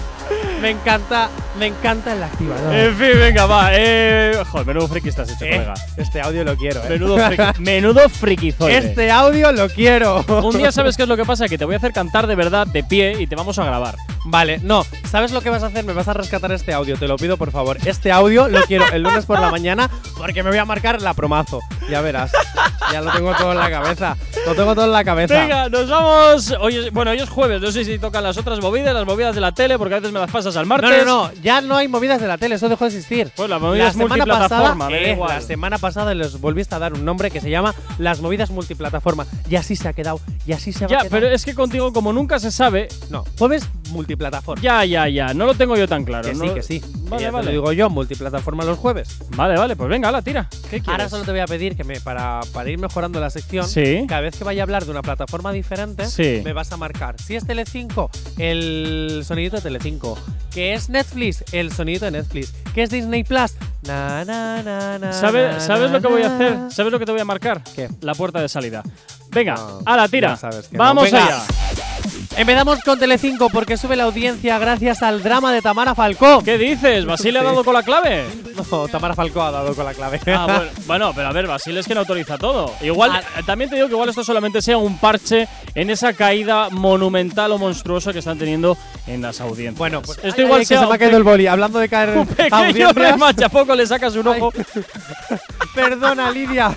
E: Me encanta, me encanta el activador.
D: En fin, venga, va. Eh, joder, menudo friki estás hecho,
E: Eh,
D: colega.
E: este audio lo quiero, eh.
D: Menudo, friki, menudo frikizoide.
E: Este audio lo quiero.
D: Un día sabes qué es lo que pasa, que te voy a hacer cantar de verdad de pie y te vamos a grabar.
E: Vale, no, ¿sabes lo que vas a hacer? Me vas a rescatar este audio, te lo pido por favor. Este audio lo quiero el lunes por la mañana porque me voy a marcar la promazo. Ya verás. Ya lo tengo todo en la cabeza. Lo tengo todo en la cabeza.
D: Venga, nos vamos. Hoy es- bueno, hoy es jueves, no sé si tocan las otras movidas, las movidas de la tele, porque a veces me las pasas al
E: No,
D: martes.
E: no, no, ya no hay movidas de la tele, eso dejó de existir.
D: Pues las movidas multiplataforma,
E: pasada,
D: me da
E: eh,
D: igual.
E: la semana pasada les volviste a dar un nombre que se llama Las movidas multiplataforma. Y así se ha quedado, y así se va a
D: Ya,
E: quedar.
D: pero es que contigo, como nunca se sabe,
E: No, jueves multiplataforma.
D: ya, ya, ya, no lo tengo yo tan claro.
E: que sí,
D: no-
E: que sí. Que
D: Vale,
E: ya te
D: vale.
E: lo digo yo, multiplataforma los jueves.
D: Vale, vale, pues venga, la tira. ¿Qué quieres?
E: Ahora solo te voy a pedir que me, para, para ir mejorando la sección,
D: Sí.
E: cada vez que vaya a hablar de una plataforma diferente,
D: Sí.
E: me vas a marcar si es Tele5, el sonidito de Tele5, que es Netflix, el sonidito de Netflix, que es Disney Plus. Na, na, na, na, na,
D: ¿Sabes, ¿Sabes lo que voy a
E: na.
D: hacer? ¿Sabes lo que te voy a marcar?
E: ¿Qué?
D: La puerta de salida. Venga,
E: No,
D: a la tira.
E: ya sabes que no.
D: Vamos
E: Venga.
D: allá.
E: Empezamos con Tele5 porque sube la audiencia gracias al drama de Tamara Falcó.
D: ¿Qué dices? ¿Basile ha dado con la clave?
E: No, Tamara Falcó ha dado con la clave.
D: Ah, bueno, bueno, pero a ver, Basile es que no autoriza todo. Igual,
E: Ah.
D: eh, también te digo que igual esto solamente sea un parche en esa caída monumental o monstruosa que están teniendo en las audiencias.
E: Bueno, pues
D: esto
E: ay,
D: igual
E: ay, que
D: sea
E: se me
D: un
E: ha caído el boli. Hablando de caer
D: pe- un pequeño
E: audiencias.
D: remache, a poco le sacas un ojo,
E: Perdona, Lidia.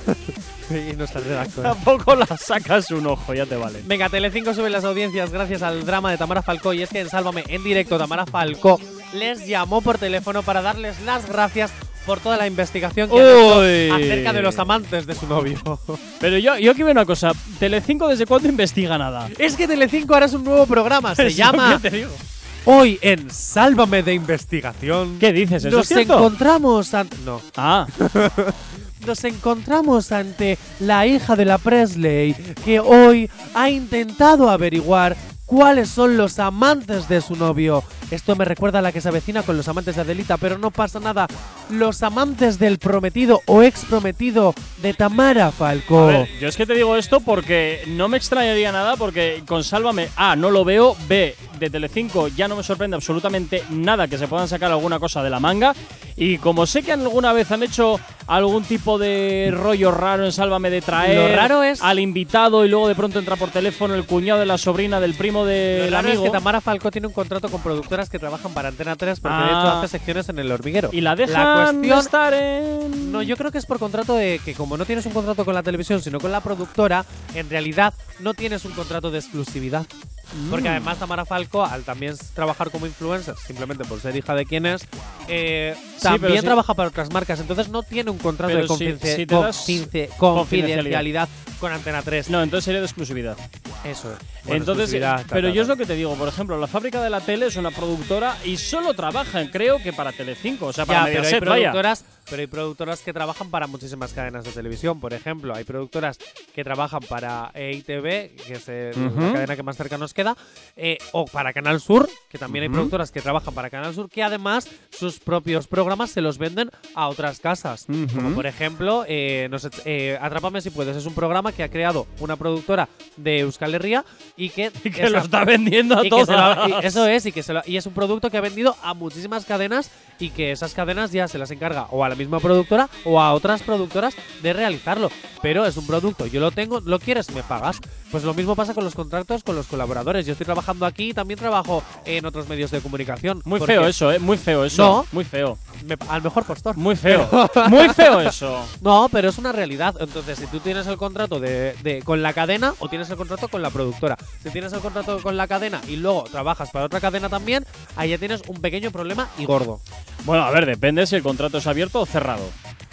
E: y nuestra redactora.
D: a poco la sacas un ojo, ya te vale.
E: Venga, Telecinco sube las audiencias gracias al drama de Tamara Falcó y es que en Sálvame en directo Tamara Falcó les llamó por teléfono para darles las gracias por toda la investigación que han hecho
D: Uy.
E: acerca de los amantes de su novio.
D: Pero yo, yo aquí veo una cosa, Telecinco desde cuándo investiga nada.
E: es que Telecinco ahora es un nuevo programa, se
D: Es lo
E: llama
D: que te digo.
E: Hoy en Sálvame de investigación.
D: ¿Qué dices? ¿Eso
E: Nos
D: es cierto?
E: encontramos ante no,
D: Ah,
E: nos encontramos ante la hija de la Presley que hoy ha intentado averiguar cuáles son los amantes de su novio. Esto me recuerda a la que se avecina con los amantes de Adelita, pero no pasa nada. Los amantes del prometido o ex prometido de Tamara Falcó.
D: A ver, yo es que te digo esto porque no me extrañaría nada porque con Sálvame A no lo veo, B de Telecinco ya no me sorprende absolutamente nada que se puedan sacar alguna cosa de la manga y como sé que alguna vez han hecho algún tipo de rollo raro en Sálvame de traer
E: Lo raro es-
D: al invitado y luego de pronto entra por teléfono el cuñado de la sobrina del primo
E: Lo
D: del
E: raro Eh, es
D: amigo.
E: que Tamara Falcó tiene un contrato con productora personas que trabajan para Antena 3 porque de hecho
D: Ah.
E: hace secciones en el hormiguero.
D: Y la dejan de
E: cuestión-
D: estar en...
E: No, yo creo que es por contrato de que como no tienes un contrato con la televisión, sino con la productora, en realidad no tienes un contrato de exclusividad.
D: Mm.
E: Porque además Tamara Falco, al también s- trabajar como influencer, simplemente por ser hija de quien es, eh,
D: pero
E: también
D: si-
E: trabaja para otras marcas. Entonces no tiene un contrato
D: Pero
E: de
D: si-
E: confidenci-
D: si te das
E: confince-
D: confidencialidad.
E: confidencialidad con Antena 3.
D: No, entonces sería de exclusividad.
E: Eso es.
D: Entonces, eh, pero yo es lo que te digo, por ejemplo, la fábrica de la tele es una productora y solo trabajan, creo que para Telecinco, o sea, para
E: pero, hay
D: Mediaset, vaya.
E: productoras, pero hay productoras que trabajan para muchísimas cadenas de televisión. Por ejemplo, hay productoras que trabajan para E EITV, que es eh, la
D: Ujú.
E: cadena que más cerca nos queda, eh, o para Canal Sur, que también hay productoras que trabajan para Canal Sur, que además sus propios programas se los venden a otras casas. Como por ejemplo, eh, nos- eh, Atrápame si puedes. Es un programa que ha creado una productora de Euskal Herria y que,
D: Y que lo está vendiendo a
E: y que
D: todas.
E: se lo ha- y eso es, y, que se lo- y es un producto que ha vendido a muchísimas cadenas y que esas cadenas ya se las encarga o a la misma productora o a otras productoras de realizarlo. Pero es un producto, yo lo tengo, lo quieres, me pagas. Pues lo mismo pasa con los contratos, con los colaboradores. Yo estoy trabajando aquí y también trabajo en otros medios de comunicación.
D: Muy
E: porque
D: feo eso, eh, muy feo eso.
E: No.
D: Muy feo,
E: me- al mejor postor.
D: muy feo. muy feo eso.
E: No, pero es una realidad. Entonces, si tú tienes el contrato de, de- con la cadena o tienes el contrato con la productora. Si tienes el contrato con la cadena y luego trabajas para otra cadena también, ahí ya tienes un pequeño problema y gordo.
D: Bueno, a ver, depende si el contrato es abierto o cerrado.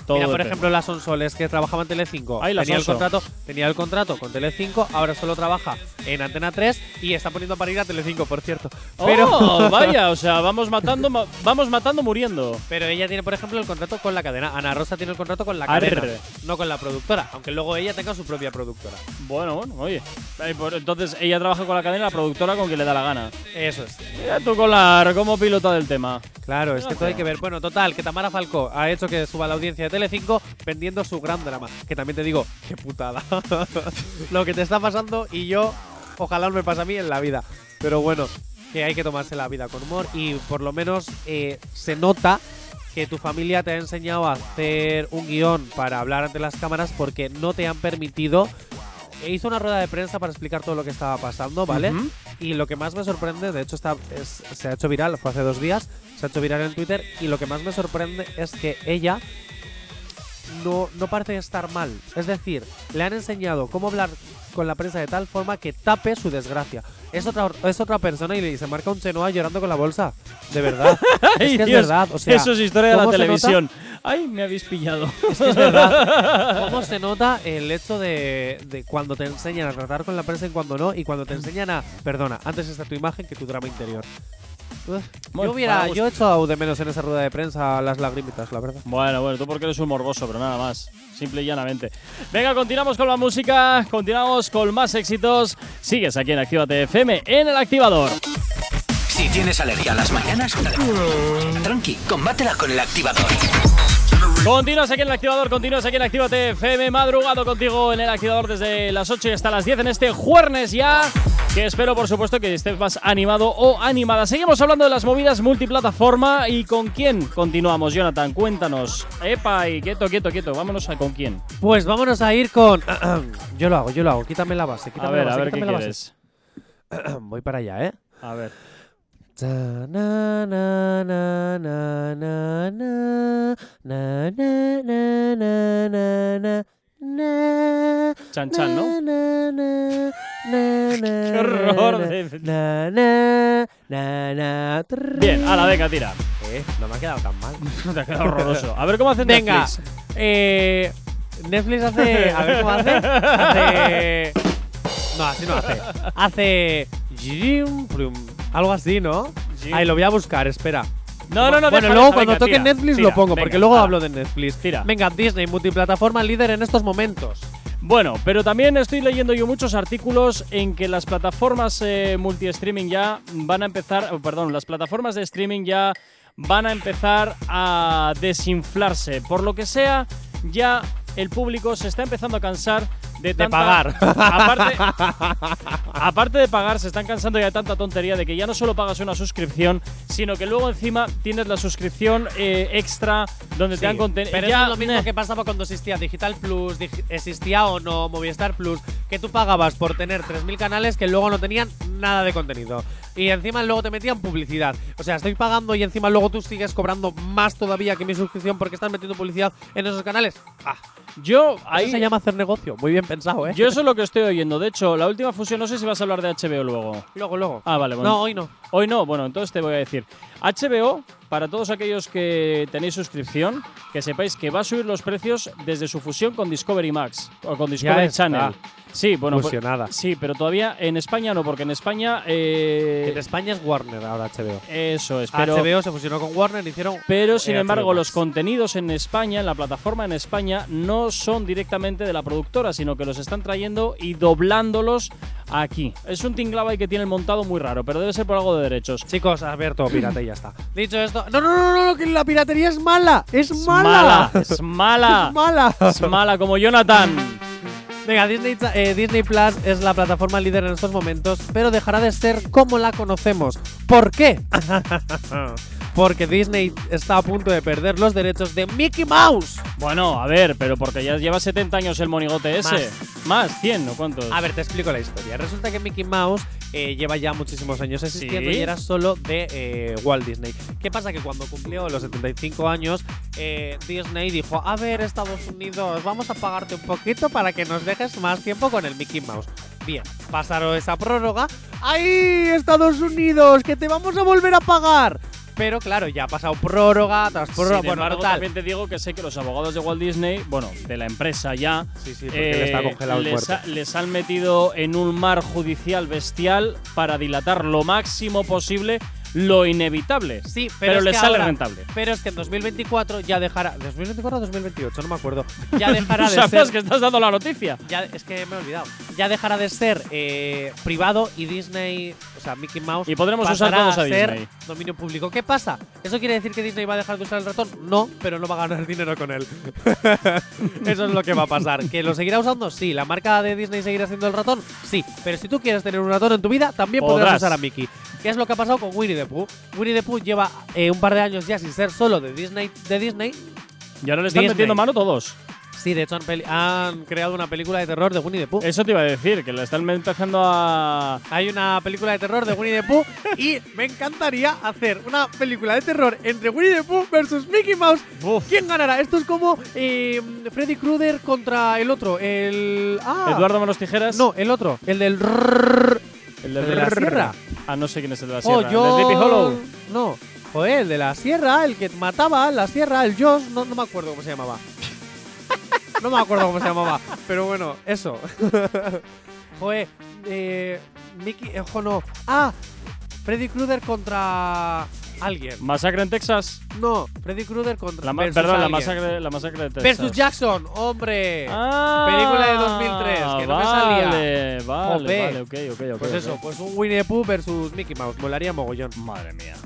D: Todo
E: Mira, por
D: depende.
E: ejemplo, la Sonsoles que trabajaba en Telecinco.
D: Ay, la
E: tenía, el
D: Sonso.
E: contrato, tenía el contrato con Telecinco, ahora solo trabaja en Antena 3 y está poniendo a parir a Telecinco, por cierto. Pero,
D: Oh, vaya, o sea, vamos matando, ma- vamos matando muriendo.
E: Pero ella tiene, por ejemplo, el contrato con la cadena. Ana Rosa tiene el contrato con la
D: Arre.
E: cadena, no con la productora, aunque luego ella tenga su propia productora.
D: Bueno, bueno, oye. Eh, por- Entonces ella trabaja con la cadena, la productora con quien le da la gana.
E: Eso es.
D: Mira tú con la como pilota del tema.
E: Claro, es
D: No
E: que todo hay que ver. Bueno, total, que Tamara Falco ha hecho que suba la audiencia de Telecinco vendiendo su gran drama. Que también te digo, qué putada. Lo que te está pasando y yo, ojalá no me pase a mí en la vida. Pero bueno, que hay que tomarse la vida con humor y por lo menos eh, se nota que tu familia te ha enseñado a hacer un guión para hablar ante las cámaras porque no te han permitido e hizo una rueda de prensa para explicar todo lo que estaba pasando, ¿vale? Y lo que más me sorprende, de hecho está, es- se ha hecho viral, fue hace dos días, se ha hecho viral en Twitter, y lo que más me sorprende es que ella no, no parece estar mal. Es decir, le han enseñado cómo hablar con la prensa de tal forma que tape su desgracia. Es otra, es otra persona y le- y se marca un chenoa llorando con la bolsa. De verdad. es
D: Ay,
E: que es
D: Dios,
E: verdad. O sea,
D: eso es historia de la
E: ¿cómo se nota?
D: televisión. Ay, me habéis pillado.
E: Es que es verdad. ¿Cómo se nota el hecho de, de cuando te enseñan a tratar con la prensa y cuando no? Y cuando te enseñan a. Perdona, antes está tu imagen que tu drama interior. Uf,
D: Bueno,
E: yo hubiera.
D: para
E: Yo he echado de menos en esa rueda de prensa las lagrimitas, la verdad.
D: Bueno, bueno, tú porque eres un morboso, pero nada más. Simple y llanamente. Venga, continuamos con la música, continuamos con más éxitos. Sigues aquí en Actívate FM en el activador.
B: Si tienes alergia a las mañanas, tranqui, combátela con el activador.
D: Continúas aquí en el activador, continúas aquí en Actívate FM, madrugado contigo en el activador desde las 8 y hasta las 10 en este jueves ya. Que espero, por supuesto, que estés más animado o animada. Seguimos hablando de las movidas multiplataforma y con quién continuamos, Jonathan. Cuéntanos. Epa, y quieto, quieto, quieto. Vámonos a con quién.
E: Pues vámonos a ir con. yo lo hago, yo lo hago. Quítame la base,
D: A
E: quítame
D: ver,
E: la
D: a
E: base.
D: ver qué
E: quítame la
D: quieres.
E: base. Voy para allá, ¿eh?
D: A ver.
E: Ta na na na na na na na na na na na na na
D: Chan chan, ¿no?
E: Na, na, na, na,
D: Qué horror
E: na,
D: de-
E: na, na, na, na, trrr.
D: Bien, a la venga, tira.
E: Eh, no me ha quedado tan mal.
D: Te ha quedado horroroso. A ver cómo hacen
E: Venga,
D: Netflix.
E: eh, Netflix hace. A ver cómo hace. Hace. No, así no hace. Hace. Jim, plum, Algo así, ¿no?
D: Jim.
E: Ay, lo voy a buscar, espera.
D: No, no, no.
E: Bueno,
D: déjala,
E: luego
D: deja,
E: cuando
D: venga,
E: toque
D: tira,
E: Netflix
D: tira,
E: lo pongo,
D: venga,
E: porque luego
D: ala.
E: hablo de Netflix.
D: Tira.
E: Venga, Disney, multiplataforma líder en estos momentos.
D: Bueno, pero también estoy leyendo yo muchos artículos en que las plataformas eh, multi-streaming ya van a empezar, oh, perdón, las plataformas de streaming ya van a empezar a desinflarse. Por lo que sea, ya el público se está empezando a cansar de, tanta-
E: pagar.
D: Aparte, aparte de pagar, se están cansando ya de tanta tontería de que ya no solo pagas una suscripción, sino que luego encima tienes la suscripción eh, extra donde te
E: Sí,
D: dan contenido.
E: Pero eso es lo mismo que pasaba cuando existía Digital Plus, dig- existía o no, Movistar Plus, que tú pagabas por tener 3.000 canales que luego no tenían nada de contenido. Y encima luego te metían publicidad. O sea, estoy pagando y encima luego tú sigues cobrando más todavía que mi suscripción porque estás metiendo publicidad en esos canales. Ah,
D: Yo
E: ahí
D: ahí
E: se llama hacer negocio. Muy bien pensado, ¿eh?
D: Yo eso es lo que estoy oyendo. De hecho, la última fusión, no sé si vas a hablar de HBO luego.
E: Luego, luego.
D: Ah, vale, bueno.
E: No, hoy no.
D: Hoy no, bueno, entonces te voy a decir. HBO, para todos aquellos que tenéis suscripción, que sepáis que va a subir los precios desde su fusión con Discovery Max o con Discovery
E: está.
D: Channel. Sí, bueno, pues-
E: Fusionada.
D: sí, pero todavía en España no, porque en España eh,
E: En España es Warner ahora HBO.
D: eso es. Pero,
E: HBO se fusionó con Warner y hicieron.
D: pero sin
E: eh,
D: embargo,
E: HBO.
D: los contenidos en España, en la plataforma en España, no son directamente de la productora, sino que los están trayendo y doblándolos aquí. Es un tinglado ahí que tienen montado muy raro, pero debe ser por algo de derechos.
E: Chicos, a ver, todo pirata y ya está. Dicho esto. No, no, no, no, no, que la piratería es mala. Es mala.
D: es mala,
E: Es mala.
D: es mala como Jonathan.
E: Venga, Disney, Cha- eh, Disney Plus es la plataforma líder en estos momentos, pero dejará de ser como la conocemos. ¿Por qué? Porque Disney está a punto de perder los derechos de Mickey Mouse.
D: Bueno, a ver, pero porque ya lleva 70 años el monigote ese. Más, 100, ¿o cuántos?
E: A ver, te explico la historia. Resulta que Mickey Mouse eh, lleva ya muchísimos años existiendo
D: Sí.
E: y era solo de eh, Walt Disney. ¿Qué pasa? Que cuando cumplió los 75 años, eh, Disney dijo, a ver Estados Unidos, vamos a pagarte un poquito para que nos dejes más tiempo con el Mickey Mouse. Bien, pasaron esa prórroga. ¡Ay, Estados Unidos, que te vamos a volver a pagar! Pero claro, ya ha pasado prórroga tras
D: Sin
E: prórroga. bueno,
D: embargo,
E: total.
D: también te digo que sé que los abogados de Walt Disney, bueno, de la empresa ya,
E: Sí, sí, porque le está
D: eh,
E: congelado el
D: les
E: cuerpo.
D: ha- les han metido en un mar judicial bestial para dilatar lo máximo posible lo inevitable.
E: Sí, pero,
D: pero
E: es
D: les
E: que
D: sale
E: ahora-
D: rentable.
E: Pero es que en 2024 ya dejará. ¿2024 o 2028? No me acuerdo. Ya dejará
D: ¿Tú
E: de
D: sabes
E: ser.
D: que estás dando la noticia?
E: ya- es que me he olvidado. Ya dejará de ser eh, privado y Disney, o sea, Mickey Mouse.
D: Y podremos usar
E: pasará
D: todos a
E: ser
D: Disney.
E: dominio público. ¿Qué pasa? ¿Eso quiere decir que Disney va a dejar de usar el ratón? No, pero no va a ganar dinero con él. Eso es lo que va a pasar. ¿Que lo seguirá usando? Sí. ¿La marca de Disney seguirá siendo el ratón? Sí. Pero si tú quieres tener un ratón en tu vida, también podrás
D: Podrás.
E: usar a Mickey. ¿Qué es lo que ha pasado con Winnie the Pooh? Winnie the Pooh lleva eh, un par de años ya sin ser solo de Disney, de Disney
D: Y ahora le están
E: Disney.
D: metiendo mano todos.
E: Sí, de hecho han, peli- han creado una película de terror de Winnie the Pooh.
D: Eso te iba a decir, que le están empezando a.
E: Hay una película de terror de Winnie the Pooh y me encantaría hacer una película de terror entre Winnie the Pooh versus Mickey Mouse.
D: Uf.
E: ¿Quién ganará? Esto es como eh, Freddy Krueger contra el otro, el ah,
D: Eduardo Manos Tijeras.
E: No, el otro, el del rrrr.
D: El
E: de la sierra.
D: Ah, no sé quién es el de la
E: Oh,
D: sierra.
E: yo-
D: El de Sleepy Hollow.
E: No, joder, el de la sierra, el que mataba, la sierra, el Josh, no, no me acuerdo cómo se llamaba. No me acuerdo cómo se llamaba, pero bueno, eso. joder, eh, Mickey, eh, jo, no. Ah, Freddy Krueger contra alguien.
D: Masacre en Texas.
E: No, Freddy Krueger contra
D: La ma-
E: versus
D: perdón, la
E: alguien.
D: masacre, la masacre de Texas.
E: Versus Jackson, hombre.
D: Ah,
E: Película de 2003, que no me
D: vale,
E: salía.
D: Vale,
E: Jope.
D: vale, ok, ok, ok.
E: pues
D: ok.
E: eso, pues un Winnie the Pooh versus Mickey Mouse. Molaría mogollón,
D: Madre mía,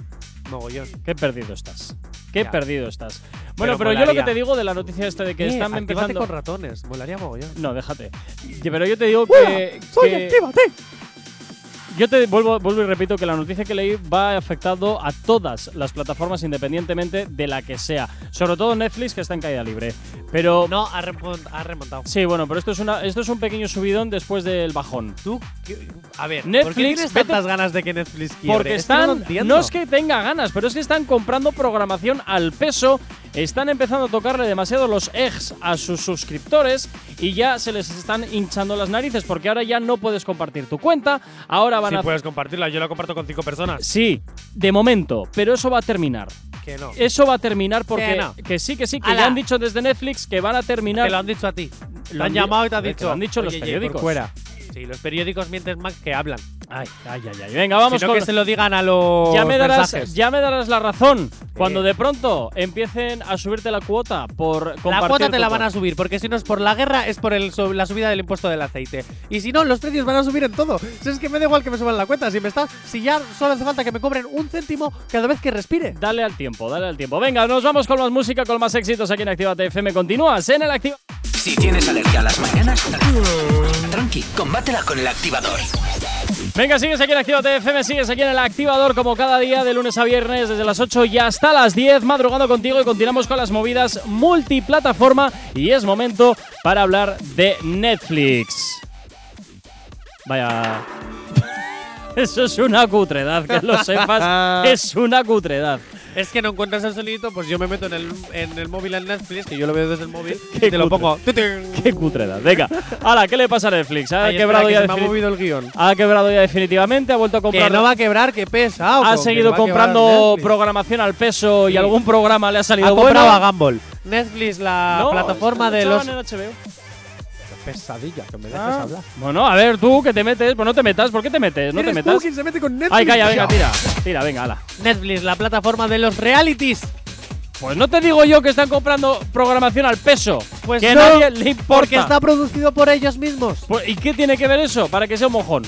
E: mogollón.
D: qué perdido estás. Qué
E: Ya.
D: perdido estás. Bueno, pero,
E: Pero
D: yo lo que
E: molaría.
D: te digo de la noticia esta de que
E: Eh,
D: están
E: actívate
D: empezando.
E: con ratones, molaría mogollón.
D: No, déjate. Y- Pero yo te digo
E: ¡Hola!
D: que.
E: ¡Soy
D: que-
E: Actívate!
D: Yo te vuelvo, vuelvo y repito que la noticia que leí va afectado a todas las plataformas independientemente de la que sea. Sobre todo Netflix que está en caída libre. Pero
E: No, ha, remont- ha remontado.
D: sí, bueno, pero esto es una esto es un pequeño subidón después del bajón.
E: Tú, qué- a ver, ¿por qué
D: Netflix,
E: tienes
D: vete-
E: tantas ganas de que Netflix quiebre?
D: Porque
E: Es que no lo
D: están
E: entiendo.
D: no es que tenga ganas, pero es que están comprando programación al peso, están empezando a tocarle demasiado los eggs a sus suscriptores y ya se les están hinchando las narices porque ahora ya no puedes compartir tu cuenta, ahora van
E: Sí,
D: a
E: puedes compartirla, yo la comparto con cinco personas.
D: Sí, de momento, pero eso va a terminar.
E: Que no.
D: Eso va a terminar porque
E: Que no.
D: que sí, que sí, que
E: Ala.
D: ya han dicho desde Netflix que van a terminar.
E: Te lo han dicho a ti.
D: Lo
E: Lo
D: han
E: han
D: di-
E: llamado y te
D: a
E: han
D: ver,
E: dicho.
D: que lo han dicho los
E: "Oye, Jay,
D: periódicos".
E: por fuera. Sí, los periódicos mienten más que hablan.
D: Ay, ay, ay, ay. Venga, vamos
E: Sino
D: con
E: que se lo digan a los
D: ya me, darás,
E: mensajes.
D: ya me darás la razón cuando de pronto empiecen a subirte la cuota por compartir.
E: La cuota te
D: tu
E: la van
D: cuenta.
E: a subir, porque si no es por la guerra, es por el sub- la subida del impuesto del aceite. Y si no, los precios van a subir en todo. Si es que me da igual que me suban la cuenta, si me está, si ya solo hace falta que me cobren un céntimo cada vez que respire.
D: Dale al tiempo, dale al tiempo. Venga, nos vamos con más música, con más éxitos aquí en Actívate FM. Continúas en el Activa.
B: Si tienes alergia a las mañanas, tranqui, combátela con el activador.
D: Venga, sigues aquí en Actívate FM, sigues aquí en el Activador como cada día de lunes a viernes desde las 8 y hasta las 10, madrugando contigo y continuamos con las movidas multiplataforma y es momento para hablar de Netflix. Vaya. Eso es una cutredad, que lo sepas. es una cutredad.
E: Es que no encuentras el sonidito, pues yo me meto en el, en el móvil en Netflix, que yo lo veo desde el móvil, y
D: Qué
E: te lo
D: cutre.
E: pongo. ¡tutum!
D: Qué cutredad. Venga. Hala, ¿qué le pasa a Netflix? Ha
E: Ay, espera,
D: quebrado
E: que
D: ya
E: se me ha
D: defini-
E: movido el guión.
D: Ha quebrado ya definitivamente, ha vuelto a
E: Que
D: comprar.
E: no va a quebrar, que pesa.
D: ha seguido comprando programación al peso y
E: Sí.
D: algún programa le ha
E: Ha
D: salido
E: comprado
D: bueno.
E: a Gumball. Netflix, la
D: No,
E: plataforma
D: esto
E: de
D: lo
E: los.
D: echaban en HBO.
E: Pesadilla, que me dejes
D: Ah. Bueno, a ver, tú que te metes, pues no te metas, ¿por qué te metes? No te metas.
E: se mete con Netflix?
D: Ay, calla, venga, tira. Tira, venga, hala.
E: Netflix, la plataforma de los realities.
D: Pues no te digo yo que están comprando programación al peso.
E: Pues
D: que
E: no,
D: a nadie le importa.
E: Porque está producido por ellos mismos.
D: Pues, ¿Y qué tiene que ver eso? Para que sea un mojón.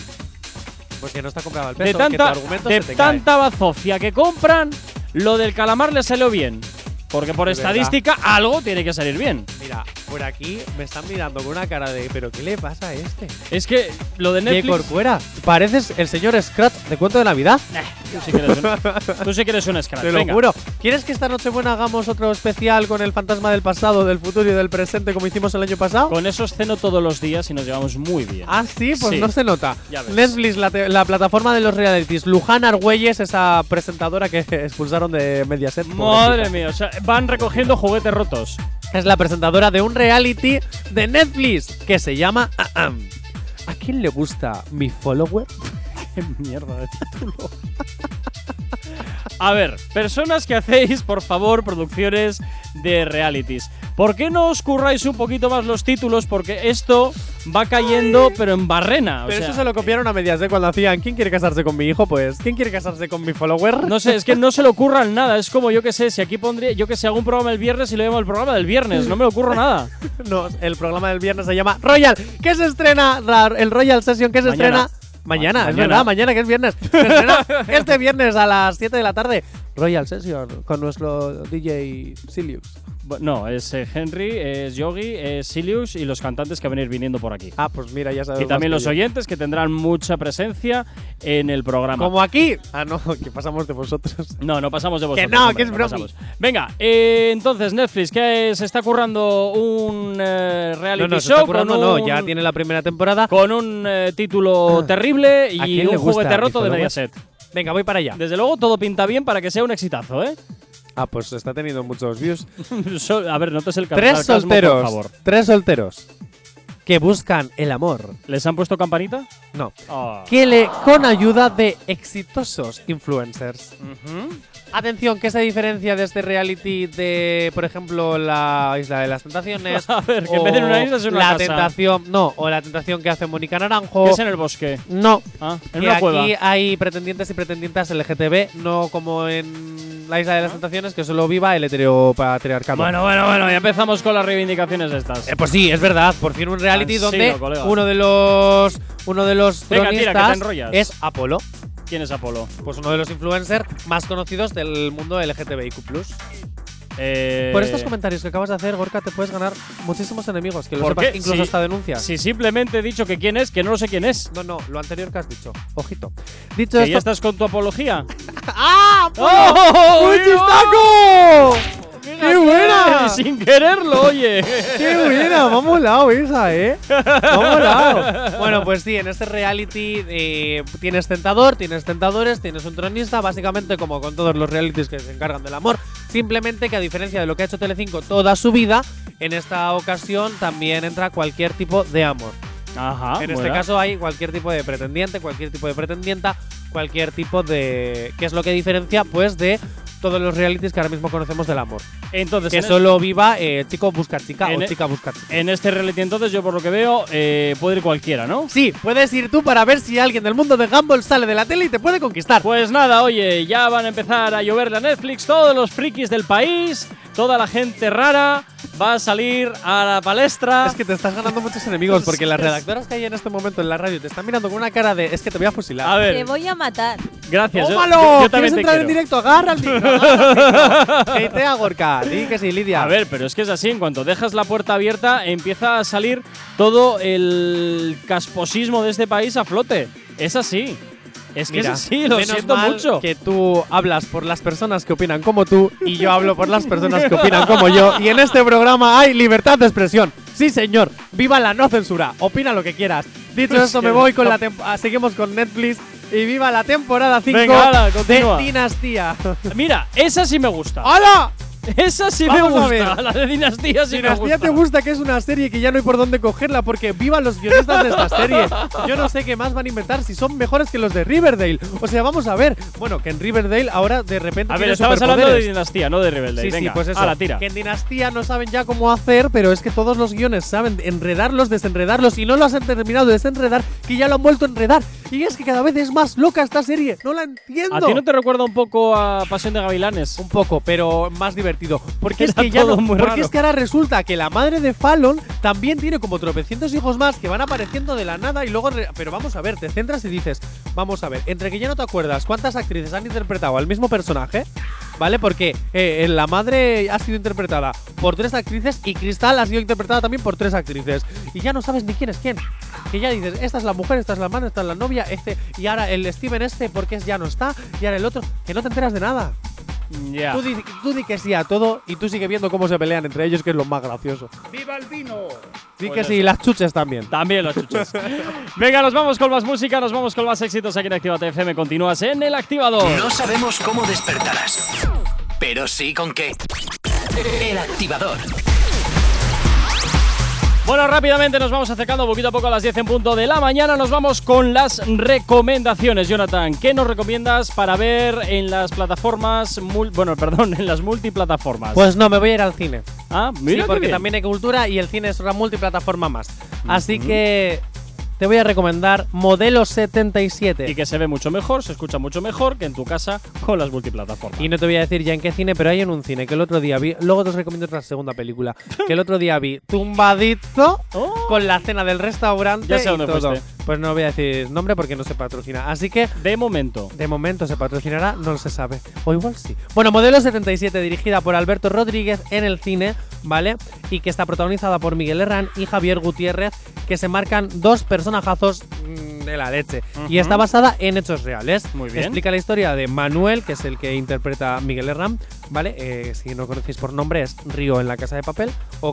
E: Pues que no está comprado al peso.
D: De tanta, de tanta bazofia que compran, lo del calamar le salió bien. Porque por
E: De
D: estadística algo tiene que salir bien.
E: Mira, por aquí me están mirando con una cara de. ¿Pero qué le pasa a este?
D: Es que lo de
E: De
D: Netflix.
E: Corcuera. Pareces el señor Scratch de cuento de Navidad.
D: Nah, tú, sí que eres un, tú sí que eres un scratch.
E: Te lo
D: venga.
E: juro. ¿Quieres que esta noche buena hagamos otro especial con el fantasma del pasado, del futuro y del presente como hicimos el año pasado?
D: Con esos ceno todos los días y nos llevamos muy bien.
E: Ah, sí, pues
D: Sí.
E: no se nota.
D: Ya ves.
E: Netflix, la, te- la plataforma de los realities. Luján Argüelles, esa presentadora que expulsaron de Mediaset.
D: Madre
E: pobrecita.
D: mía, o sea, van recogiendo juguetes rotos.
E: Es la presentadora de un reality de Netflix que se llama Ahem. ¿A quién le gusta mi follower?
D: Qué mierda de título. A ver, personas que hacéis, por favor, producciones de realities. ¿Por qué no os curráis un poquito más los títulos? Porque esto va cayendo, pero en barrena. o
E: Pero
D: sea,
E: eso se lo copiaron a Mediaset cuando hacían ¿Quién quiere casarse con mi hijo? Pues ¿Quién quiere casarse con mi follower?
D: No sé, es que no se le ocurran nada. Es como yo que sé, si aquí pondría, yo que sé, hago un programa el viernes y lo llamo el programa del viernes. No me ocurro nada.
E: No, el programa del viernes se llama Royal, que se estrena, la- el Royal Session que se
D: Mañana.
E: estrena mañana,
D: Ma-
E: es
D: mañana.
E: verdad, mañana que es viernes. Se estrena este viernes a las 7 de la tarde. Royal Session con nuestro DJ Silius.
D: Bu- No, es eh, Henry, es Yogi, es Silius y los cantantes que van a ir viniendo por aquí.
E: Ah, pues mira, ya sabes.
D: Y también
E: más
D: los
E: que yo.
D: oyentes que tendrán mucha presencia en el programa.
E: Como aquí. Ah, no, que pasamos de vosotros.
D: No, no pasamos de vosotros.
E: Que no,
D: hombre,
E: que es bromi.
D: pasamos. Venga, eh, entonces Netflix, que se está currando un eh, reality
E: no, no, se
D: show
E: está currando,
D: con un,
E: no, ya tiene la primera temporada.
D: con un eh, título terrible
E: ¿A
D: y
E: quién
D: un
E: le gusta
D: juguete
E: mi
D: roto de
E: follower?
D: Mediaset.
E: Venga, voy para allá.
D: Desde luego todo pinta bien para que sea un exitazo, ¿eh?
E: Ah, pues está teniendo muchos views.
D: So- A ver, notas el
E: Tres
D: sarcasmo,
E: solteros.
D: por favor.
E: Tres solteros. Que buscan el amor.
D: ¿Les han puesto campanita?
E: No.
D: Ah.
E: que le con ayuda de exitosos influencers.
D: Ujú.
E: Atención, ¿qué se diferencia de este reality de, por ejemplo, la Isla de las Tentaciones?
D: A ver, que en
E: o
D: vez de en una isla es en una
E: la
D: casa.
E: tentación, no, o la tentación que hace Mónica Naranjo.
D: ¿Qué es en el bosque?
E: No,
D: Ah, en
E: que
D: una
E: aquí
D: cueva.
E: hay pretendientes y pretendientas LGTB, no como en la Isla de las Tentaciones que solo viva el heteropatriarcado.
D: Ah. Bueno, bueno, bueno, ya empezamos con las reivindicaciones estas.
E: Eh, pues sí, es verdad. Por fin un reality
D: Cansino,
E: donde
D: colega.
E: uno de los uno de los
D: Venga, tira, que te
E: cronistas
D: enrollas.
E: es Apolo.
D: ¿Quién es Apolo?
E: Pues uno de los influencers más conocidos del mundo LGTBIQ.
D: Eh,
E: Por estos comentarios que acabas de hacer, Gorka, te puedes ganar muchísimos enemigos, que lo
D: ¿Por
E: sepas,
D: qué?
E: incluso
D: Si-
E: hasta denuncia.
D: Si simplemente he dicho que quién es, que no lo sé quién es.
E: No, no, lo anterior que has dicho. Ojito. Dicho
D: Que ya
E: esto.
D: estás con tu apología.
E: ¡Ah!
D: ¡Oh!
E: ¡Un chistaco! ¡Qué buena!
D: Sin quererlo, oye.
E: ¡Qué buena! Me ha molado esa, ¿eh? Me ha molado. Bueno, pues sí, en este reality eh, tienes tentador, tienes tentadores, tienes un tronista, básicamente como con todos los realities que se encargan del amor. Simplemente que a diferencia de lo que ha hecho Telecinco toda su vida, en esta ocasión también entra cualquier tipo de amor.
D: Ajá.
E: en este
D: buena.
E: caso hay cualquier tipo de pretendiente, cualquier tipo de pretendienta, cualquier tipo de... ¿Qué es lo que diferencia? Pues de todos los realities que ahora mismo conocemos del amor.
D: Entonces,
E: Que
D: Pues en,
E: solo viva eh, chico busca chica
D: en
E: o
D: e-
E: chica busca chico.
D: en este reality, entonces, yo por lo que veo, eh, puede ir cualquiera, ¿no?
E: Sí, puedes ir tú para ver si alguien del mundo de Gumball sale de la tele y te puede conquistar.
D: Pues nada, oye, ya van a empezar a llover la Netflix, todos los frikis del país, toda la gente rara va a salir a la palestra.
E: Es que te estás ganando muchos enemigos porque las
D: Es-
E: redactoras que hay en este momento en la radio te están mirando con una cara de es que te voy a fusilar.
D: a
A: Te
D: ver,
A: voy a matar.
D: gracias. yo- Yo,
E: ¡Tómalo!
D: yo
E: ¿Quieres
D: también te
E: entrar en
D: quiero.
E: directo? Agarra el micro. agarra el micro. Hatea, Gorka. Sí, que sí, Lidia.
D: A ver, pero es que es así, en cuanto dejas la puerta abierta empieza a salir todo el casposismo de este país a flote. Es así. Es que
E: Mira,
D: es así, lo
E: menos
D: siento
E: mal
D: mucho.
E: Que tú hablas por las personas que opinan como tú y yo hablo por las personas que opinan como yo. Y en este programa hay libertad de expresión. Sí, señor. Viva la no censura. Opina lo que quieras. Dicho esto, me voy con la temporada. Seguimos con Netflix y viva la temporada 5
D: Venga, hala,
E: de
D: continúa.
E: Dinastía.
D: Mira, esa sí me gusta.
E: ¡Hala!
D: Esa sí
E: Vamos a
D: me gusta.
E: ver.
D: La de Dinastía sí
E: Dinastía
D: me
E: te
D: gusta.
E: gusta que es una serie que ya no hay por dónde cogerla porque vivan los guionistas de esta serie. Yo no sé qué más van a inventar si son mejores que los de Riverdale. O sea, vamos a ver. Bueno, que en Riverdale ahora de repente.
D: A ver,
E: tiene
D: estabas hablando de
E: superpoderes.
D: Dinastía, no de Rebelde.
E: Sí,
D: Venga,
E: sí, pues eso.
D: a la tira.
E: Que en Dinastía no saben ya cómo hacer, pero es que todos los guiones saben enredarlos, desenredarlos, y no lo han terminado de desenredar, que ya lo han vuelto a enredar. Y es que cada vez es más loca esta serie. No la entiendo.
D: ¿A ti no te recuerda un poco a Pasión de Gavilanes?
E: Pues Un poco, pero más divertido. Porque es
D: Era
E: que ya
D: todo
E: no-
D: muy
E: porque
D: raro.
E: es que ahora resulta que la madre de Fallon también tiene como tropecientos hijos más que van apareciendo de la nada y luego. re- Pero vamos a ver, te centras y dices, vamos a ver, entre que ya no te acuerdas cuántas actrices han interpretado al mismo personaje, ¿vale? Porque eh, la madre ha sido interpretada por tres actrices y Cristal ha sido interpretada también por tres actrices. Y ya no sabes ni quién es quién. Que ya dices, esta es la mujer, esta es la hermana, esta es la novia, este. Y ahora el Steven este, porque es- ya no está, y ahora el otro, que no te enteras de nada.
D: Ya.
E: Tú di, tú di que sí a todo y tú sigue viendo cómo se pelean entre ellos, que es lo más gracioso. ¡Viva el vino! Di que
D: Pues
E: sí, y las chuches también.
D: También los chuches. Venga, nos vamos con más música, nos vamos con más éxitos aquí en Actívate FM. Continúas en El Activador.
B: No sabemos cómo despertarás, pero sí con qué. El activador.
D: Bueno, rápidamente nos vamos acercando poquito a poco a las 10 en punto de la mañana. Nos vamos con las recomendaciones. Jonathan, ¿qué nos recomiendas para ver en las plataformas, mul- bueno, perdón, en las multiplataformas?
E: Pues no, me voy a ir al cine.
D: ah,
E: Sí,
D: mira qué
E: porque
D: bien.
E: también hay cultura y el cine es una multiplataforma más. Así que te voy a recomendar Modelo 77.
D: Y que se ve mucho mejor, se escucha mucho mejor que en tu casa con las multiplataformas.
E: Y no te voy a decir ya en qué cine, pero hay en un cine que el otro día vi. Luego te os recomiendo otra segunda película. Que el otro día vi tumbadito
D: Oh.
E: con la cena del restaurante.
D: Ya sé
E: y
D: dónde
E: todo.
D: fuiste.
E: Pues no voy a decir nombre porque no se patrocina. Así que
D: De momento.
E: De momento se patrocinará, no se sabe. O igual sí. Bueno, Modelo 77, dirigida por Alberto Rodríguez en el cine, ¿vale? Y que está protagonizada por Miguel Herrán y Javier Gutiérrez, que se marcan dos personajazos mm, de la leche. Y está basada en hechos reales.
D: Muy bien.
E: Explica la historia de Manuel, que es el que interpreta a Miguel Herrán, ¿vale? Eh, si no conocéis por nombre, es Río en la Casa de Papel o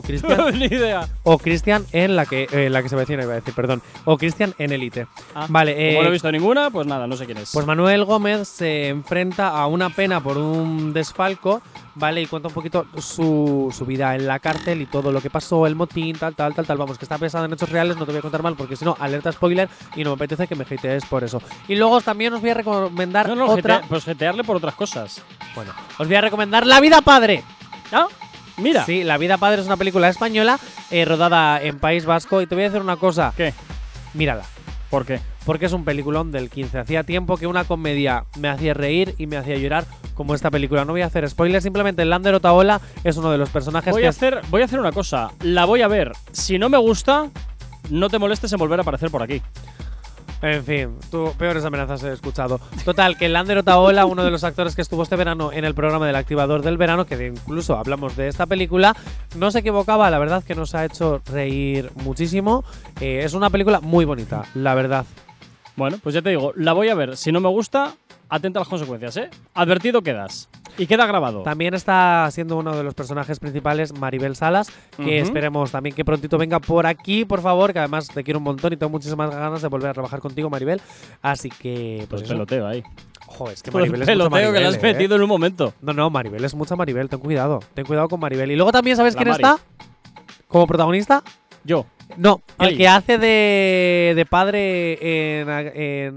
E: Cristian
D: Ni idea.
E: o Cristian en la que eh, la que se vecina iba a decir, perdón, o Cristian en Elite.
D: Ah,
E: vale, eh,
D: Como no he visto ninguna, pues nada, no sé quién es.
E: pues Manuel Gómez se enfrenta a una pena por un desfalco, ¿vale? Y cuenta un poquito su, su vida en la cárcel y todo lo que pasó, el motín, tal, tal, tal, tal. Vamos, que está pesado en hechos reales, no te voy a contar mal porque si no, alerta spoiler y no me apetece que me hatees por eso. Y luego también os voy a recomendar
D: no, no,
E: otra.
D: GTA pues jetearle por otras cosas.
E: Bueno, os voy a recomendar La vida padre.
D: Ah, mira.
E: Sí, La vida padre es una película española eh, rodada en País Vasco y te voy a decir una cosa,
D: ¿Qué?
E: mírala.
D: ¿Por qué?
E: porque es un peliculón del 15. Hacía tiempo que una comedia me hacía reír y me hacía llorar como esta película. No voy a hacer spoilers, simplemente Lander Otaola es uno de los personajes
D: Voy
E: que
D: a,
E: es-
D: hacer, voy a hacer una cosa. La voy a ver. Si no me gusta, no te molestes en volver a aparecer por aquí.
E: En fin, tú peores amenazas he escuchado. Total, que Lander Otaola, uno de los actores que estuvo este verano en el programa del Activador del Verano, que de- incluso hablamos de esta película, no se equivocaba, la verdad que nos ha hecho reír muchísimo. Eh, es una película muy bonita, la verdad.
D: Bueno, pues ya te digo, la voy a ver. Si no me gusta, atenta a las consecuencias, ¿eh? Advertido quedas. Y queda grabado.
E: También está siendo uno de los personajes principales Maribel Salas, que
D: Ujú.
E: esperemos también que prontito venga por aquí, por favor, que además te quiero un montón y tengo muchísimas ganas de volver a trabajar contigo, Maribel. Así que,
D: Pues
E: pues
D: el
E: eso.
D: peloteo ahí.
E: Ojo, es que
D: Todo el
E: Maribel es mucha
D: peloteo que
E: Maribel,
D: le has
E: ¿eh?
D: metido en un momento.
E: No, no, Maribel es mucha Maribel, ten cuidado, ten cuidado con Maribel. Y luego también, ¿sabes
D: La
E: quién
D: Mari.
E: está? Como protagonista.
D: Yo.
E: No,
D: Ay.
E: el que hace de, de padre en,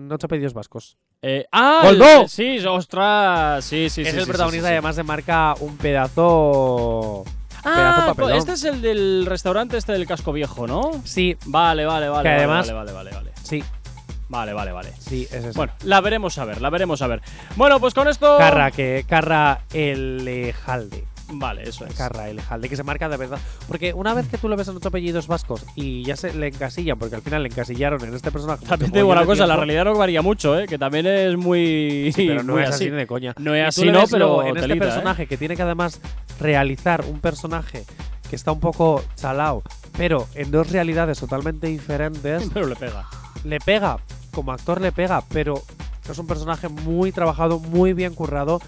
E: en Ocho Pedidos Vascos.
D: Eh, ¡Ah! el-
E: ¡Goldo!
D: Sí, ostras. Sí, sí, sí.
E: es
D: sí,
E: el
D: sí,
E: protagonista
D: sí, sí.
E: y además se marca un pedazo. pedazo
D: Ah,
E: papelón.
D: este es el del restaurante este del casco viejo, ¿no?
E: Sí,
D: Vale, vale, vale.
E: Que
D: vale,
E: además-
D: Vale, vale, vale.
E: sí,
D: Vale, vale, vale.
E: sí, es ese.
D: Bueno, la veremos a ver, la veremos a ver. Bueno, pues con esto.
E: Carra, que Carra el Ejalde.
D: Vale, eso es.
E: Carra el Ejalde, que se marca de verdad. Porque una vez que tú lo ves en otros apellidos vascos y ya se le encasillan, porque al final le encasillaron en este personaje.
D: También
E: mucho
D: te digo
E: pollo
D: una
E: de
D: cosa, la
E: tiempo,
D: realidad no varía mucho, ¿eh? que también es muy,
E: sí, pero no
D: muy
E: es así ni de coña.
D: No es
E: Y tú
D: así,
E: le
D: no,
E: ves
D: pero
E: luego en este
D: telita, ¿eh?
E: personaje que tiene que además realizar un personaje que está un poco chalao, pero en dos realidades totalmente diferentes,
D: Pero le pega.
E: le pega, como actor le pega, pero es un personaje muy trabajado, muy bien currado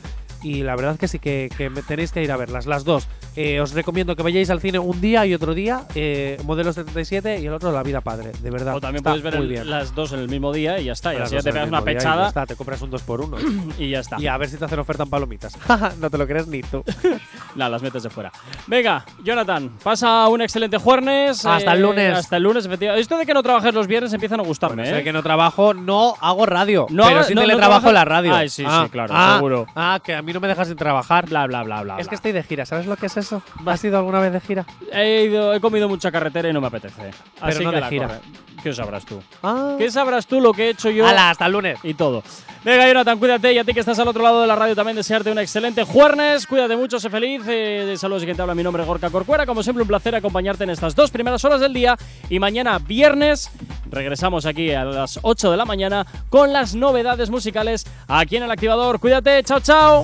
E: y la verdad que sí que, que me tenéis que ir a verlas, las dos. Eh, os recomiendo que vayáis al cine un día y otro día, eh, Modelo 77 y el otro La Vida Padre, de verdad.
D: O también
E: está
D: puedes ver
E: muy
D: el-
E: bien.
D: las dos en el mismo día y ya está. Y
E: Las
D: así ya
E: dos
D: te
E: en el
D: pegas una
E: mismo día y ya
D: pechada
E: está, te compras un 2x1
D: y ya está.
E: y a ver si te hacen oferta en palomitas. no te lo crees ni tú.
D: Nada, las metes de fuera. Venga, Jonathan, pasa un excelente jueves. eh,
E: Hasta el lunes.
D: Hasta el lunes, efectivamente. Esto de que no trabajes los viernes empieza a no gustarme,
E: Sé
D: ¿eh?
E: que no trabajo, no hago radio.
D: No
E: pero
D: haga-
E: sí
D: no- no
E: teletrabajo
D: trabaja-
E: la radio.
D: Ay, sí, sí, claro, seguro.
E: Ah, que a mí no me dejas sin trabajar. Bla, bla, bla, bla. Es
D: bla.
E: que estoy de gira, ¿sabes lo que es eso? ¿Has ido alguna vez de gira?
D: He, ido- he comido mucha carretera y no me apetece. Así
E: no
D: que
E: de
D: la
E: gira.
D: corre. ¿Qué sabrás tú?
E: Ah.
D: ¿Qué sabrás tú lo que he hecho yo?
E: Hala, hasta el lunes.
D: y todo. Venga, Jonathan, cuídate y a ti que estás al otro lado de la radio también desearte un excelente jueves. Cuídate mucho, sé feliz. Eh, saludos y quien te habla, mi nombre es Gorka Corcuera. Como siempre, un placer acompañarte en estas dos primeras horas del día. Y mañana, viernes, regresamos aquí a las 8 de la mañana con las novedades musicales aquí en el activador. Cuídate, chao, chao.